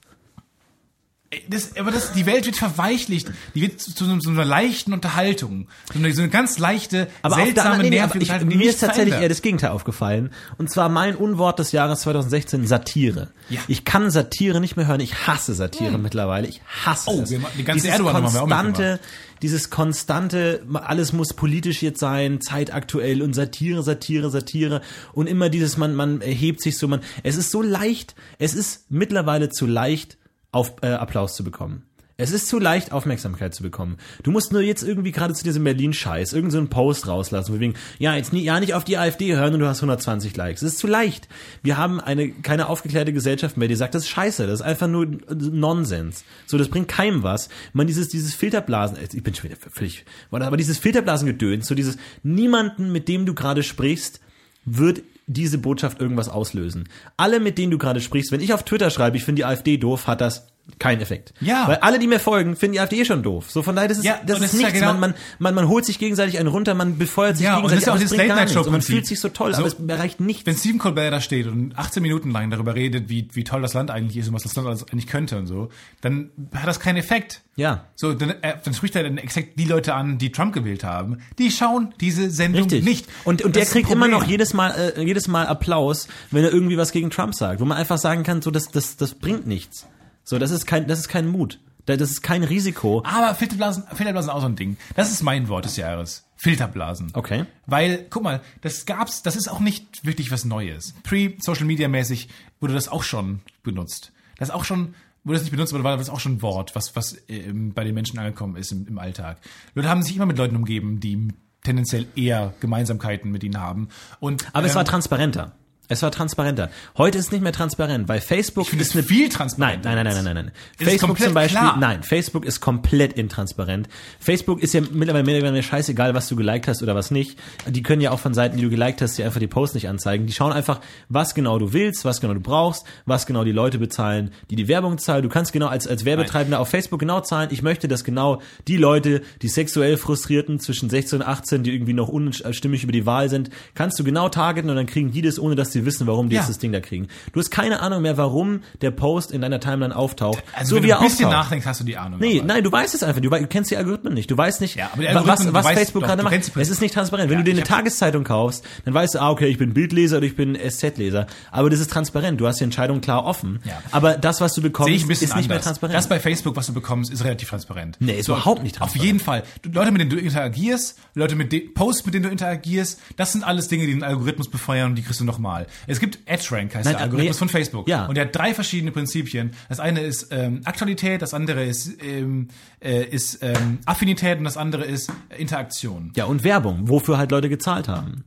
[SPEAKER 3] das, aber das, die Welt wird verweichlicht. Die wird zu, zu, so- so einer leichten Unterhaltung. So eine, so eine ganz leichte,
[SPEAKER 2] Aber auf der
[SPEAKER 3] seltsame,
[SPEAKER 2] anderen- nee, nee,
[SPEAKER 3] nervige
[SPEAKER 2] aber ich,
[SPEAKER 3] Unterhaltung, die
[SPEAKER 2] Mir
[SPEAKER 3] nichts
[SPEAKER 2] ist tatsächlich
[SPEAKER 3] verändert.
[SPEAKER 2] eher das Gegenteil aufgefallen. Und zwar mein Unwort des Jahres 2016, Satire.
[SPEAKER 3] Ja.
[SPEAKER 2] Ich kann Satire nicht mehr hören. Ich hasse Satire mittlerweile. Ich hasse
[SPEAKER 3] Oh,
[SPEAKER 2] es.
[SPEAKER 3] wir ma- die ganze
[SPEAKER 2] dieses
[SPEAKER 3] Erdogan-Nummer haben wir auch
[SPEAKER 2] konstante, dieses konstante, ma- alles muss politisch jetzt sein, zeitaktuell und Satire, Satire, Satire. Und immer dieses, man, man hebt sich so, man, es ist so leicht, es ist mittlerweile zu leicht, auf äh, Applaus zu bekommen. Es ist zu leicht, Aufmerksamkeit zu bekommen. Du musst nur jetzt irgendwie gerade zu diesem Berlin-Scheiß irgendeinen so einen Post rauslassen, von wegen, ja, jetzt nie, ja nicht auf die AfD hören und du hast 120 Likes. Es ist zu leicht. Wir haben eine, keine aufgeklärte Gesellschaft mehr, die sagt, das ist scheiße, das ist einfach nur äh, Nonsens. So, das bringt keinem was. Man dieses, dieses Filterblasen, äh, ich bin schon wieder völlig, aber dieses Filterblasengedöns, so dieses, niemanden, mit dem du gerade sprichst, wird diese Botschaft irgendwas auslösen. Alle, mit denen du gerade sprichst, wenn ich auf Twitter schreibe, ich finde die AfD doof, hat das keinen Effekt.
[SPEAKER 3] Ja.
[SPEAKER 2] Weil alle, die mir folgen, finden die AfD eh schon doof. So von daher, das ist,
[SPEAKER 3] Ja,
[SPEAKER 2] das
[SPEAKER 3] und
[SPEAKER 2] ist,
[SPEAKER 3] das ist ja
[SPEAKER 2] nichts.
[SPEAKER 3] genau-
[SPEAKER 2] man, man, man, man holt sich gegenseitig einen runter, man befeuert sich
[SPEAKER 3] Ja, und das ist
[SPEAKER 2] gegenseitig,
[SPEAKER 3] ja auch
[SPEAKER 2] aber es
[SPEAKER 3] dieses Also
[SPEAKER 2] bringt gar nichts.
[SPEAKER 3] Late-Night-Show-Prinzip.
[SPEAKER 2] Und Man fühlt sich so toll,
[SPEAKER 3] So-
[SPEAKER 2] aber es erreicht nichts.
[SPEAKER 3] Wenn Stephen Colbert da steht und 18 Minuten lang darüber redet, wie, wie toll das Land eigentlich ist und was das Land alles eigentlich könnte und so, dann hat das keinen Effekt.
[SPEAKER 2] Ja.
[SPEAKER 3] So, dann, äh, dann spricht er dann exakt die Leute an, die Trump gewählt haben. Die schauen diese Sendung
[SPEAKER 2] Richtig.
[SPEAKER 3] nicht.
[SPEAKER 2] Und, und
[SPEAKER 3] Das
[SPEAKER 2] der
[SPEAKER 3] ist ein
[SPEAKER 2] kriegt immer
[SPEAKER 3] Problem.
[SPEAKER 2] noch jedes Mal, äh, jedes Mal Applaus, wenn er irgendwie was gegen Trump sagt, wo man einfach sagen kann, so, das, das, das bringt nichts. So, das ist kein, das ist kein Mut. Da- Das ist kein Risiko.
[SPEAKER 3] Aber Filterblasen, Filterblasen auch so ein Ding. Das ist mein Wort des Jahres. Filterblasen.
[SPEAKER 2] Okay.
[SPEAKER 3] Weil, guck mal, das gab's, das ist auch nicht wirklich was Neues. Pre-Social Media mäßig wurde das auch schon benutzt. Das auch schon, wurde das nicht benutzt, aber war das auch schon ein Wort, was, was ähm, bei den Menschen angekommen ist im, im Alltag. Leute haben sich immer mit Leuten umgeben, die tendenziell eher Gemeinsamkeiten mit ihnen haben. Und,
[SPEAKER 2] Aber es
[SPEAKER 3] ähm,
[SPEAKER 2] war transparenter. Es war transparenter. Heute ist nicht mehr transparent, weil Facebook
[SPEAKER 3] finde
[SPEAKER 2] ist
[SPEAKER 3] es
[SPEAKER 2] eine
[SPEAKER 3] viel
[SPEAKER 2] Nein,
[SPEAKER 3] transparenter
[SPEAKER 2] nein, nein, nein, nein, nein. nein.
[SPEAKER 3] Ist
[SPEAKER 2] Facebook
[SPEAKER 3] komplett
[SPEAKER 2] zum Beispiel,
[SPEAKER 3] klar.
[SPEAKER 2] nein, Facebook ist komplett intransparent. Facebook ist ja mittlerweile mittlerweile scheißegal, was du geliked hast oder was nicht. Die können ja auch von Seiten, die du geliked hast, dir einfach die Posts nicht anzeigen. Die schauen einfach, was genau du willst, was genau du brauchst, was genau die Leute bezahlen, die die Werbung zahlen. Du kannst genau als, als Werbetreibender auf Facebook genau zahlen. Ich möchte, dass genau die Leute, die sexuell Frustrierten zwischen 16 und 18, die irgendwie noch unstimmig über die Wahl sind, kannst du genau targeten und dann kriegen die das, ohne dass die sie wissen, warum die
[SPEAKER 3] Ja.
[SPEAKER 2] jetzt das Ding da kriegen. Du hast keine Ahnung mehr, warum der Post in deiner Timeline auftaucht.
[SPEAKER 3] Also
[SPEAKER 2] so
[SPEAKER 3] wenn
[SPEAKER 2] wie
[SPEAKER 3] du
[SPEAKER 2] er
[SPEAKER 3] ein bisschen
[SPEAKER 2] auftaucht.
[SPEAKER 3] nachdenkst, hast du die Ahnung.
[SPEAKER 2] Nee,
[SPEAKER 3] aber-
[SPEAKER 2] nein, du weißt es einfach. Du, wei- du kennst die Algorithmen nicht. Du weißt nicht,
[SPEAKER 3] Ja, aber die
[SPEAKER 2] wa- was,
[SPEAKER 3] Algorithmen, du
[SPEAKER 2] was
[SPEAKER 3] weißt-
[SPEAKER 2] Facebook
[SPEAKER 3] doch,
[SPEAKER 2] gerade
[SPEAKER 3] du
[SPEAKER 2] macht.
[SPEAKER 3] kennst die
[SPEAKER 2] Es
[SPEAKER 3] Prinzip-
[SPEAKER 2] ist nicht transparent. Wenn
[SPEAKER 3] Ja,
[SPEAKER 2] du dir eine
[SPEAKER 3] ich hab-
[SPEAKER 2] Tageszeitung kaufst, dann weißt du, ah, okay, ich bin Bildleser oder ich bin SZ-Leser. Aber das ist transparent. Du hast die Entscheidung klar offen.
[SPEAKER 3] Ja.
[SPEAKER 2] Aber das, was du bekommst,
[SPEAKER 3] Sehe ich ein
[SPEAKER 2] ist
[SPEAKER 3] bisschen
[SPEAKER 2] nicht mehr
[SPEAKER 3] anders.
[SPEAKER 2] transparent.
[SPEAKER 3] Das bei Facebook, was du bekommst, ist relativ transparent.
[SPEAKER 2] Nee, ist überhaupt nicht transparent.
[SPEAKER 3] Auf jeden Fall. Du, Leute, mit denen du interagierst, Leute mit den Posts, mit denen du interagierst, das sind alles Dinge, die den Algorithmus befeuern und die kriegst du nochmal. Es gibt AdRank, heißt
[SPEAKER 2] Nein,
[SPEAKER 3] der Algorithmus
[SPEAKER 2] nee.
[SPEAKER 3] von Facebook.
[SPEAKER 2] Ja.
[SPEAKER 3] Und der hat drei verschiedene Prinzipien. Das eine ist ähm, Aktualität, das andere ist, ähm, äh, ist ähm, Affinität und das andere ist äh, Interaktion.
[SPEAKER 2] ja, und Werbung, wofür halt Leute gezahlt haben.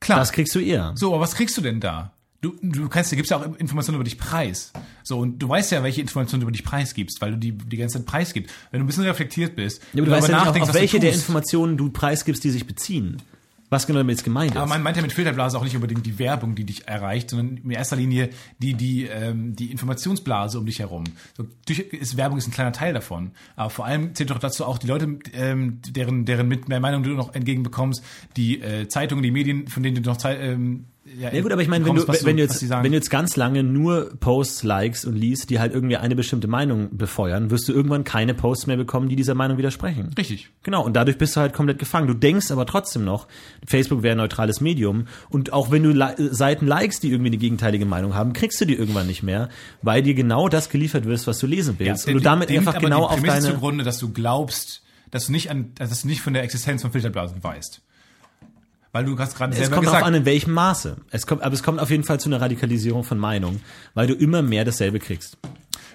[SPEAKER 3] Klar.
[SPEAKER 2] Das kriegst du eher.
[SPEAKER 3] So, aber was kriegst du denn da? Du, du kannst, da gibst ja auch Informationen über dich preis. So, und du weißt ja, welche Informationen du über dich preisgibst, weil du die, die ganze Zeit preisgibst. Wenn du ein bisschen reflektiert bist,
[SPEAKER 2] Ja, aber
[SPEAKER 3] wenn
[SPEAKER 2] du weißt ja nicht, auf, auf
[SPEAKER 3] was
[SPEAKER 2] welche der
[SPEAKER 3] tust.
[SPEAKER 2] Informationen du preisgibst, die sich beziehen. Was genau damit jetzt gemeint
[SPEAKER 3] Aber
[SPEAKER 2] ist.
[SPEAKER 3] man meint ja mit Filterblase auch nicht unbedingt die Werbung, die dich erreicht, sondern in erster Linie die, die, ähm, die Informationsblase um dich herum. So, durch, ist, Werbung ist ein kleiner Teil davon. Aber vor allem zählt doch dazu auch die Leute, ähm, deren, deren mit mehr Meinung du noch entgegenbekommst, die äh, Zeitungen, die Medien, von denen du noch Zeit, ähm,
[SPEAKER 2] Ja gut, aber ich meine, wenn du,
[SPEAKER 3] bekommst, was
[SPEAKER 2] wenn, du
[SPEAKER 3] was
[SPEAKER 2] jetzt,
[SPEAKER 3] die sagen.
[SPEAKER 2] wenn du jetzt ganz lange nur Posts likest und liest, die halt irgendwie eine bestimmte Meinung befeuern, wirst du irgendwann keine Posts mehr bekommen, die dieser Meinung widersprechen.
[SPEAKER 3] Richtig.
[SPEAKER 2] Genau, und dadurch bist du halt komplett gefangen. Du denkst aber trotzdem noch, Facebook wäre ein neutrales Medium. Und auch wenn du li äh, Seiten likest, die irgendwie eine gegenteilige Meinung haben, kriegst du die irgendwann nicht mehr, weil dir genau das geliefert wirst, was du lesen willst. und du
[SPEAKER 3] Dem-
[SPEAKER 2] damit
[SPEAKER 3] dem
[SPEAKER 2] einfach
[SPEAKER 3] liegt aber
[SPEAKER 2] genau
[SPEAKER 3] Also die
[SPEAKER 2] auf
[SPEAKER 3] Prämisse
[SPEAKER 2] deine...
[SPEAKER 3] zugrunde, dass du glaubst, dass du nicht an, dass du nicht von der Existenz von Filterblasen weißt. Weil du hast gerade
[SPEAKER 2] Es
[SPEAKER 3] selber
[SPEAKER 2] kommt darauf
[SPEAKER 3] gesagt,
[SPEAKER 2] an, in welchem Maße. Es kommt, aber es kommt auf jeden Fall zu einer Radikalisierung von Meinung, weil du immer mehr dasselbe kriegst.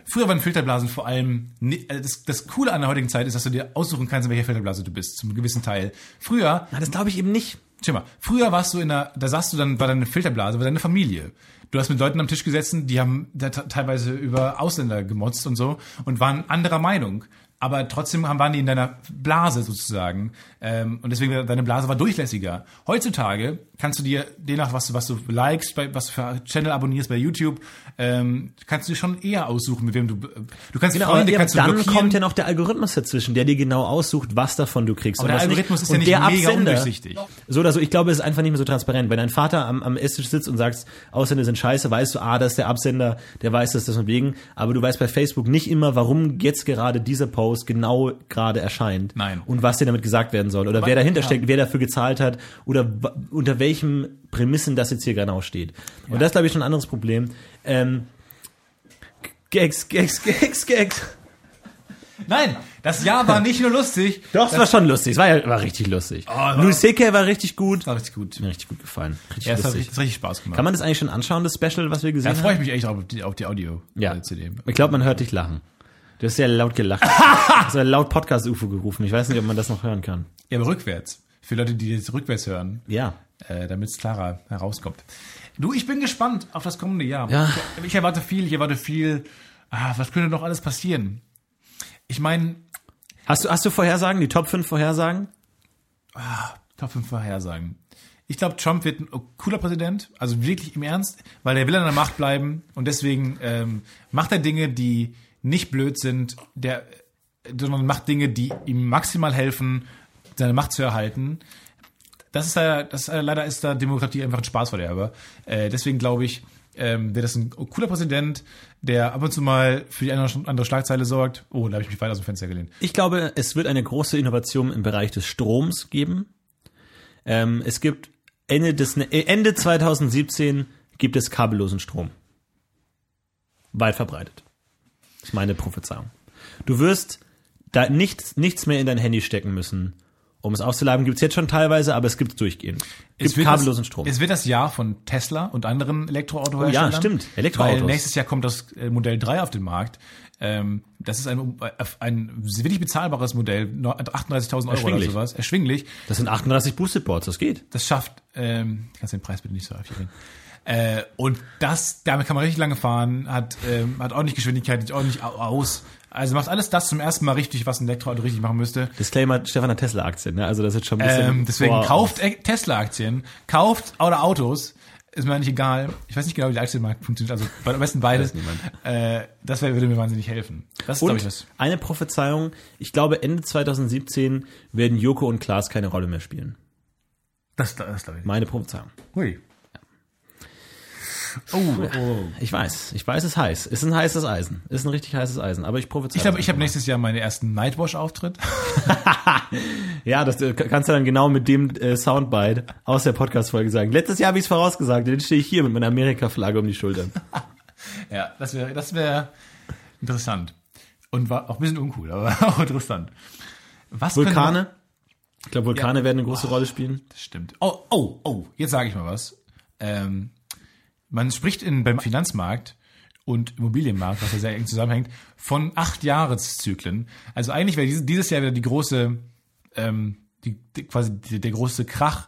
[SPEAKER 3] früher waren Filterblasen vor allem ni- äh, das, das coole an der heutigen Zeit ist, dass du dir aussuchen kannst, in welcher Filterblase du bist, zum gewissen Teil. Früher
[SPEAKER 2] Na, das glaube ich eben nicht.
[SPEAKER 3] Schau mal, früher warst du in einer, da saßt du dann, war deine Filterblase, war deine Familie. Du hast mit Leuten am Tisch gesessen, die haben da t- teilweise über Ausländer gemotzt und so und waren anderer Meinung. Aber trotzdem haben- waren die in deiner Blase sozusagen. Ähm, und deswegen war- deine Blase war durchlässiger. Heutzutage kannst du dir, je nach was, du- was du likest, bei, was du für Channel abonnierst bei YouTube, ähm, kannst du dir schon eher aussuchen, mit wem du, äh, du kannst
[SPEAKER 2] Genau,
[SPEAKER 3] Freunde,
[SPEAKER 2] aber
[SPEAKER 3] kannst du
[SPEAKER 2] dann
[SPEAKER 3] blockieren.
[SPEAKER 2] kommt ja noch der Algorithmus dazwischen, der dir genau aussucht, was davon du kriegst.
[SPEAKER 3] aber der
[SPEAKER 2] was
[SPEAKER 3] Algorithmus ist ja
[SPEAKER 2] Und
[SPEAKER 3] nicht
[SPEAKER 2] der
[SPEAKER 3] mega
[SPEAKER 2] Absender-
[SPEAKER 3] undurchsichtig.
[SPEAKER 2] So oder so, ich glaube, es ist einfach nicht mehr so transparent. Wenn dein Vater am, am Esstisch sitzt und sagst, Ausländer sind scheiße, weißt du, ah, das ist der Absender, der weiß das deswegen. Aber du weißt bei Facebook nicht immer, warum jetzt gerade dieser Post genau gerade erscheint.
[SPEAKER 3] Nein.
[SPEAKER 2] Und was dir damit gesagt werden soll. Oder wer dahinter steckt, wer dafür gezahlt hat oder wa- unter welchen Prämissen das jetzt hier genau steht. Und das ist, glaube ich, schon ein anderes Problem. Ähm, Gags, Gags, Gags, Gags.
[SPEAKER 3] Nein, das Jahr war nicht nur lustig.
[SPEAKER 2] Doch, es war schon lustig. Es war ja war richtig lustig.
[SPEAKER 3] war-
[SPEAKER 2] Louis C.K. war richtig gut.
[SPEAKER 3] War richtig gut.
[SPEAKER 2] Mir richtig gut gefallen. Richtig
[SPEAKER 3] Ah, Ja, es hat
[SPEAKER 2] lustig.
[SPEAKER 3] richtig, richtig Spaß gemacht.
[SPEAKER 2] Kann man das eigentlich schon anschauen, das Special, was wir gesehen
[SPEAKER 3] Da freue ich
[SPEAKER 2] haben?
[SPEAKER 3] mich echt auf die, auf die Audio äh, CD.
[SPEAKER 2] Ich glaube, man hört dich lachen. Du hast sehr laut gelacht. du hast ja laut Podcast-UFO gerufen. Ich weiß nicht, ob man das noch hören kann.
[SPEAKER 3] Ja, aber rückwärts. Für Leute, die das rückwärts hören,
[SPEAKER 2] Ja.
[SPEAKER 3] äh, damit es klarer herauskommt. Du, ich bin gespannt auf das kommende Jahr.
[SPEAKER 2] Ja.
[SPEAKER 3] Ich, ich erwarte viel, ich erwarte viel. Ah, was könnte noch alles passieren? Ich meine,
[SPEAKER 2] Hast du, hast du Vorhersagen, die Top 5 Vorhersagen?
[SPEAKER 3] Top 5 Vorhersagen. Ich glaube, Trump wird ein cooler Präsident, also wirklich im Ernst, weil der will an der Macht bleiben und deswegen ähm, macht er Dinge, die nicht blöd sind, der, sondern macht Dinge, die ihm maximal helfen, seine Macht zu erhalten. Das ist leider, das, äh, leider ist da Demokratie einfach ein Spaßverderber. Äh, deswegen glaube ich, ähm, wäre das ein cooler Präsident, der ab und zu mal für die eine oder andere Schlagzeile sorgt. Oh, da habe ich mich weit aus dem Fenster gelehnt.
[SPEAKER 2] Ich glaube, es wird eine große Innovation im Bereich des Stroms geben. Ähm, es gibt Ende, des, äh, Ende 2017 gibt es kabellosen Strom. Weit verbreitet. Das ist meine Prophezeiung. Du wirst da nichts, nichts mehr in dein Handy stecken müssen, um es auszuladen. Gibt es jetzt schon teilweise, aber es gibt es durchgehend. Gibt
[SPEAKER 3] wird
[SPEAKER 2] kabellosen
[SPEAKER 3] das,
[SPEAKER 2] Strom.
[SPEAKER 3] Es wird das Jahr von Tesla und anderen Elektroautoherstellern.
[SPEAKER 2] Oh ja, stimmt. Elektroautos.
[SPEAKER 3] Weil nächstes Jahr kommt das äh, Modell 3 auf den Markt. Ähm, das ist ein, äh, ein wirklich bezahlbares Modell, neu- 38.000 Euro oder
[SPEAKER 2] Erschwinglich.
[SPEAKER 3] sowas. Erschwinglich.
[SPEAKER 2] Das sind 38 Boosted Boards, das geht.
[SPEAKER 3] Das schafft, ähm, kannst den Preis bitte nicht so häufig reden. Äh, und das, damit kann man richtig lange fahren, hat, ähm, hat ordentlich Geschwindigkeit, sieht ordentlich au- aus. Also macht alles das zum ersten Mal richtig, was ein Elektroauto richtig machen müsste.
[SPEAKER 2] Disclaimer, Stefan hat Tesla-Aktien, ne? Also das ist jetzt schon ein bisschen...
[SPEAKER 3] Ähm, deswegen
[SPEAKER 2] Boah.
[SPEAKER 3] kauft E- Tesla-Aktien, kauft oder Autos, ist mir eigentlich egal. Ich weiß nicht genau, wie der Aktienmarkt funktioniert, also bei- am besten beides. Äh, das wär, würde mir wahnsinnig helfen. Das ist, glaube
[SPEAKER 2] Und
[SPEAKER 3] ich, was.
[SPEAKER 2] eine Prophezeiung, ich glaube Ende 2017 werden Joko und Klaas keine Rolle mehr spielen.
[SPEAKER 3] Das, das glaube ich.
[SPEAKER 2] Meine Prophezeiung.
[SPEAKER 3] Hui. Oh,
[SPEAKER 2] Ich weiß, ich weiß, es ist heiß. Ist ein heißes Eisen. Ist ein richtig heißes Eisen. Aber ich prophezei.
[SPEAKER 3] Ich glaube,
[SPEAKER 2] das
[SPEAKER 3] ich habe
[SPEAKER 2] einfach
[SPEAKER 3] nächstes Jahr meinen ersten Nightwash-Auftritt.
[SPEAKER 2] mal. Ja, das äh, kannst du dann genau mit dem äh, Soundbite aus der Podcast-Folge sagen. Letztes Jahr habe ich es vorausgesagt. Jetzt stehe ich hier mit meiner Amerika-Flagge um die Schultern.
[SPEAKER 3] Ja, (laughs) das wäre das wär interessant. Und war auch ein bisschen uncool, aber (laughs) auch interessant. Was könnte man-
[SPEAKER 2] Vulkane? Ich glaube, Vulkane werden eine große Rolle spielen.
[SPEAKER 3] Das stimmt. Oh, oh, oh, jetzt sage ich mal was. Ähm, man spricht in, beim Finanzmarkt und Immobilienmarkt, was ja sehr eng zusammenhängt, von acht Jahreszyklen. Also eigentlich wäre dieses, dieses Jahr wieder die große, ähm, die, die, quasi die, der große Krach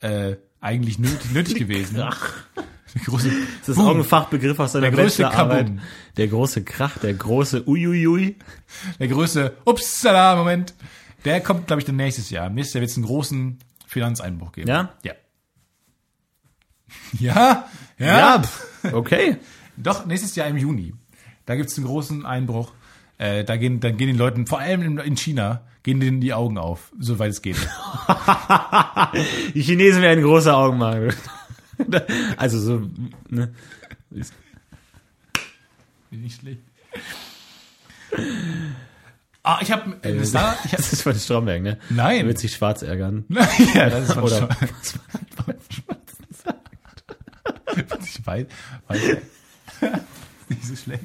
[SPEAKER 3] äh, eigentlich
[SPEAKER 2] (laughs)
[SPEAKER 3] nötig, nötig gewesen. Krach. Der große,
[SPEAKER 2] Das ist auch ein Fachbegriff aus deiner
[SPEAKER 3] Der größte
[SPEAKER 2] Bachelorarbeit.
[SPEAKER 3] Kaboom.
[SPEAKER 2] Der große Krach, der große Uiuiui.
[SPEAKER 3] der größte, upsala, Moment, der kommt, glaube ich, dann nächstes Jahr. Nächstes Jahr wird es einen großen Finanzeinbruch geben.
[SPEAKER 2] Ja?
[SPEAKER 3] Ja. Ja? Ja?
[SPEAKER 2] pf, okay.
[SPEAKER 3] Doch, nächstes Jahr im Juni. Da gibt's einen großen Einbruch. Äh, da, gehen, da gehen den Leuten, vor allem in, in China, gehen denen die Augen auf, soweit es geht.
[SPEAKER 2] Die Chinesen werden große Augen machen. Also so, ne?
[SPEAKER 3] (laughs) Nicht schlecht. Ah, ich habe eine Star. Ich hab,
[SPEAKER 2] Das ist von Stromberg, ne?
[SPEAKER 3] Nein. Hm.
[SPEAKER 2] Er wird sich schwarz ärgern. (laughs)
[SPEAKER 3] ja, das ist von
[SPEAKER 2] Oder-
[SPEAKER 3] Schwarz- von Schwarz- Ich weiß, weiß (laughs) nicht so schlecht.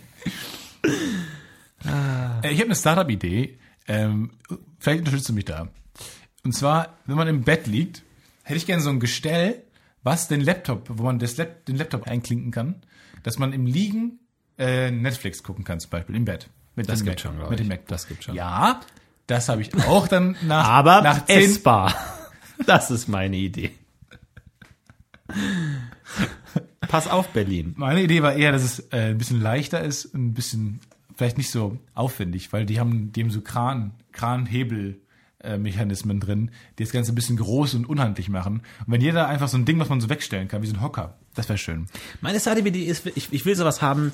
[SPEAKER 3] Äh, Ich habe eine Startup-Idee. Ähm, vielleicht unterstützt du mich da. Und zwar, wenn man im Bett liegt, hätte ich gerne so ein Gestell, was den Laptop, wo man das Lap den Laptop einklinken kann, dass man im Liegen äh, Netflix gucken kann, zum Beispiel im Bett. Mit
[SPEAKER 2] Das
[SPEAKER 3] dem
[SPEAKER 2] gibt
[SPEAKER 3] Mac,
[SPEAKER 2] schon, glaub
[SPEAKER 3] Mit dem
[SPEAKER 2] ich.
[SPEAKER 3] Mac.
[SPEAKER 2] Das gibt schon.
[SPEAKER 3] Ja, das habe ich auch dann nach,
[SPEAKER 2] Aber
[SPEAKER 3] nach zehn
[SPEAKER 2] essbar. Das ist meine Idee. Pass auf, Berlin.
[SPEAKER 3] Meine Idee war eher, dass es äh, ein bisschen leichter ist und ein bisschen vielleicht nicht so aufwendig, weil die haben, die haben so Kran, Kranhebel. äh, Mechanismen drin, die das Ganze ein bisschen groß und unhandlich machen. Und wenn jeder einfach so ein Ding, was man so wegstellen kann, wie so ein Hocker, das wäre schön.
[SPEAKER 2] Meine Startup-Idee ist, ich, ich will sowas haben,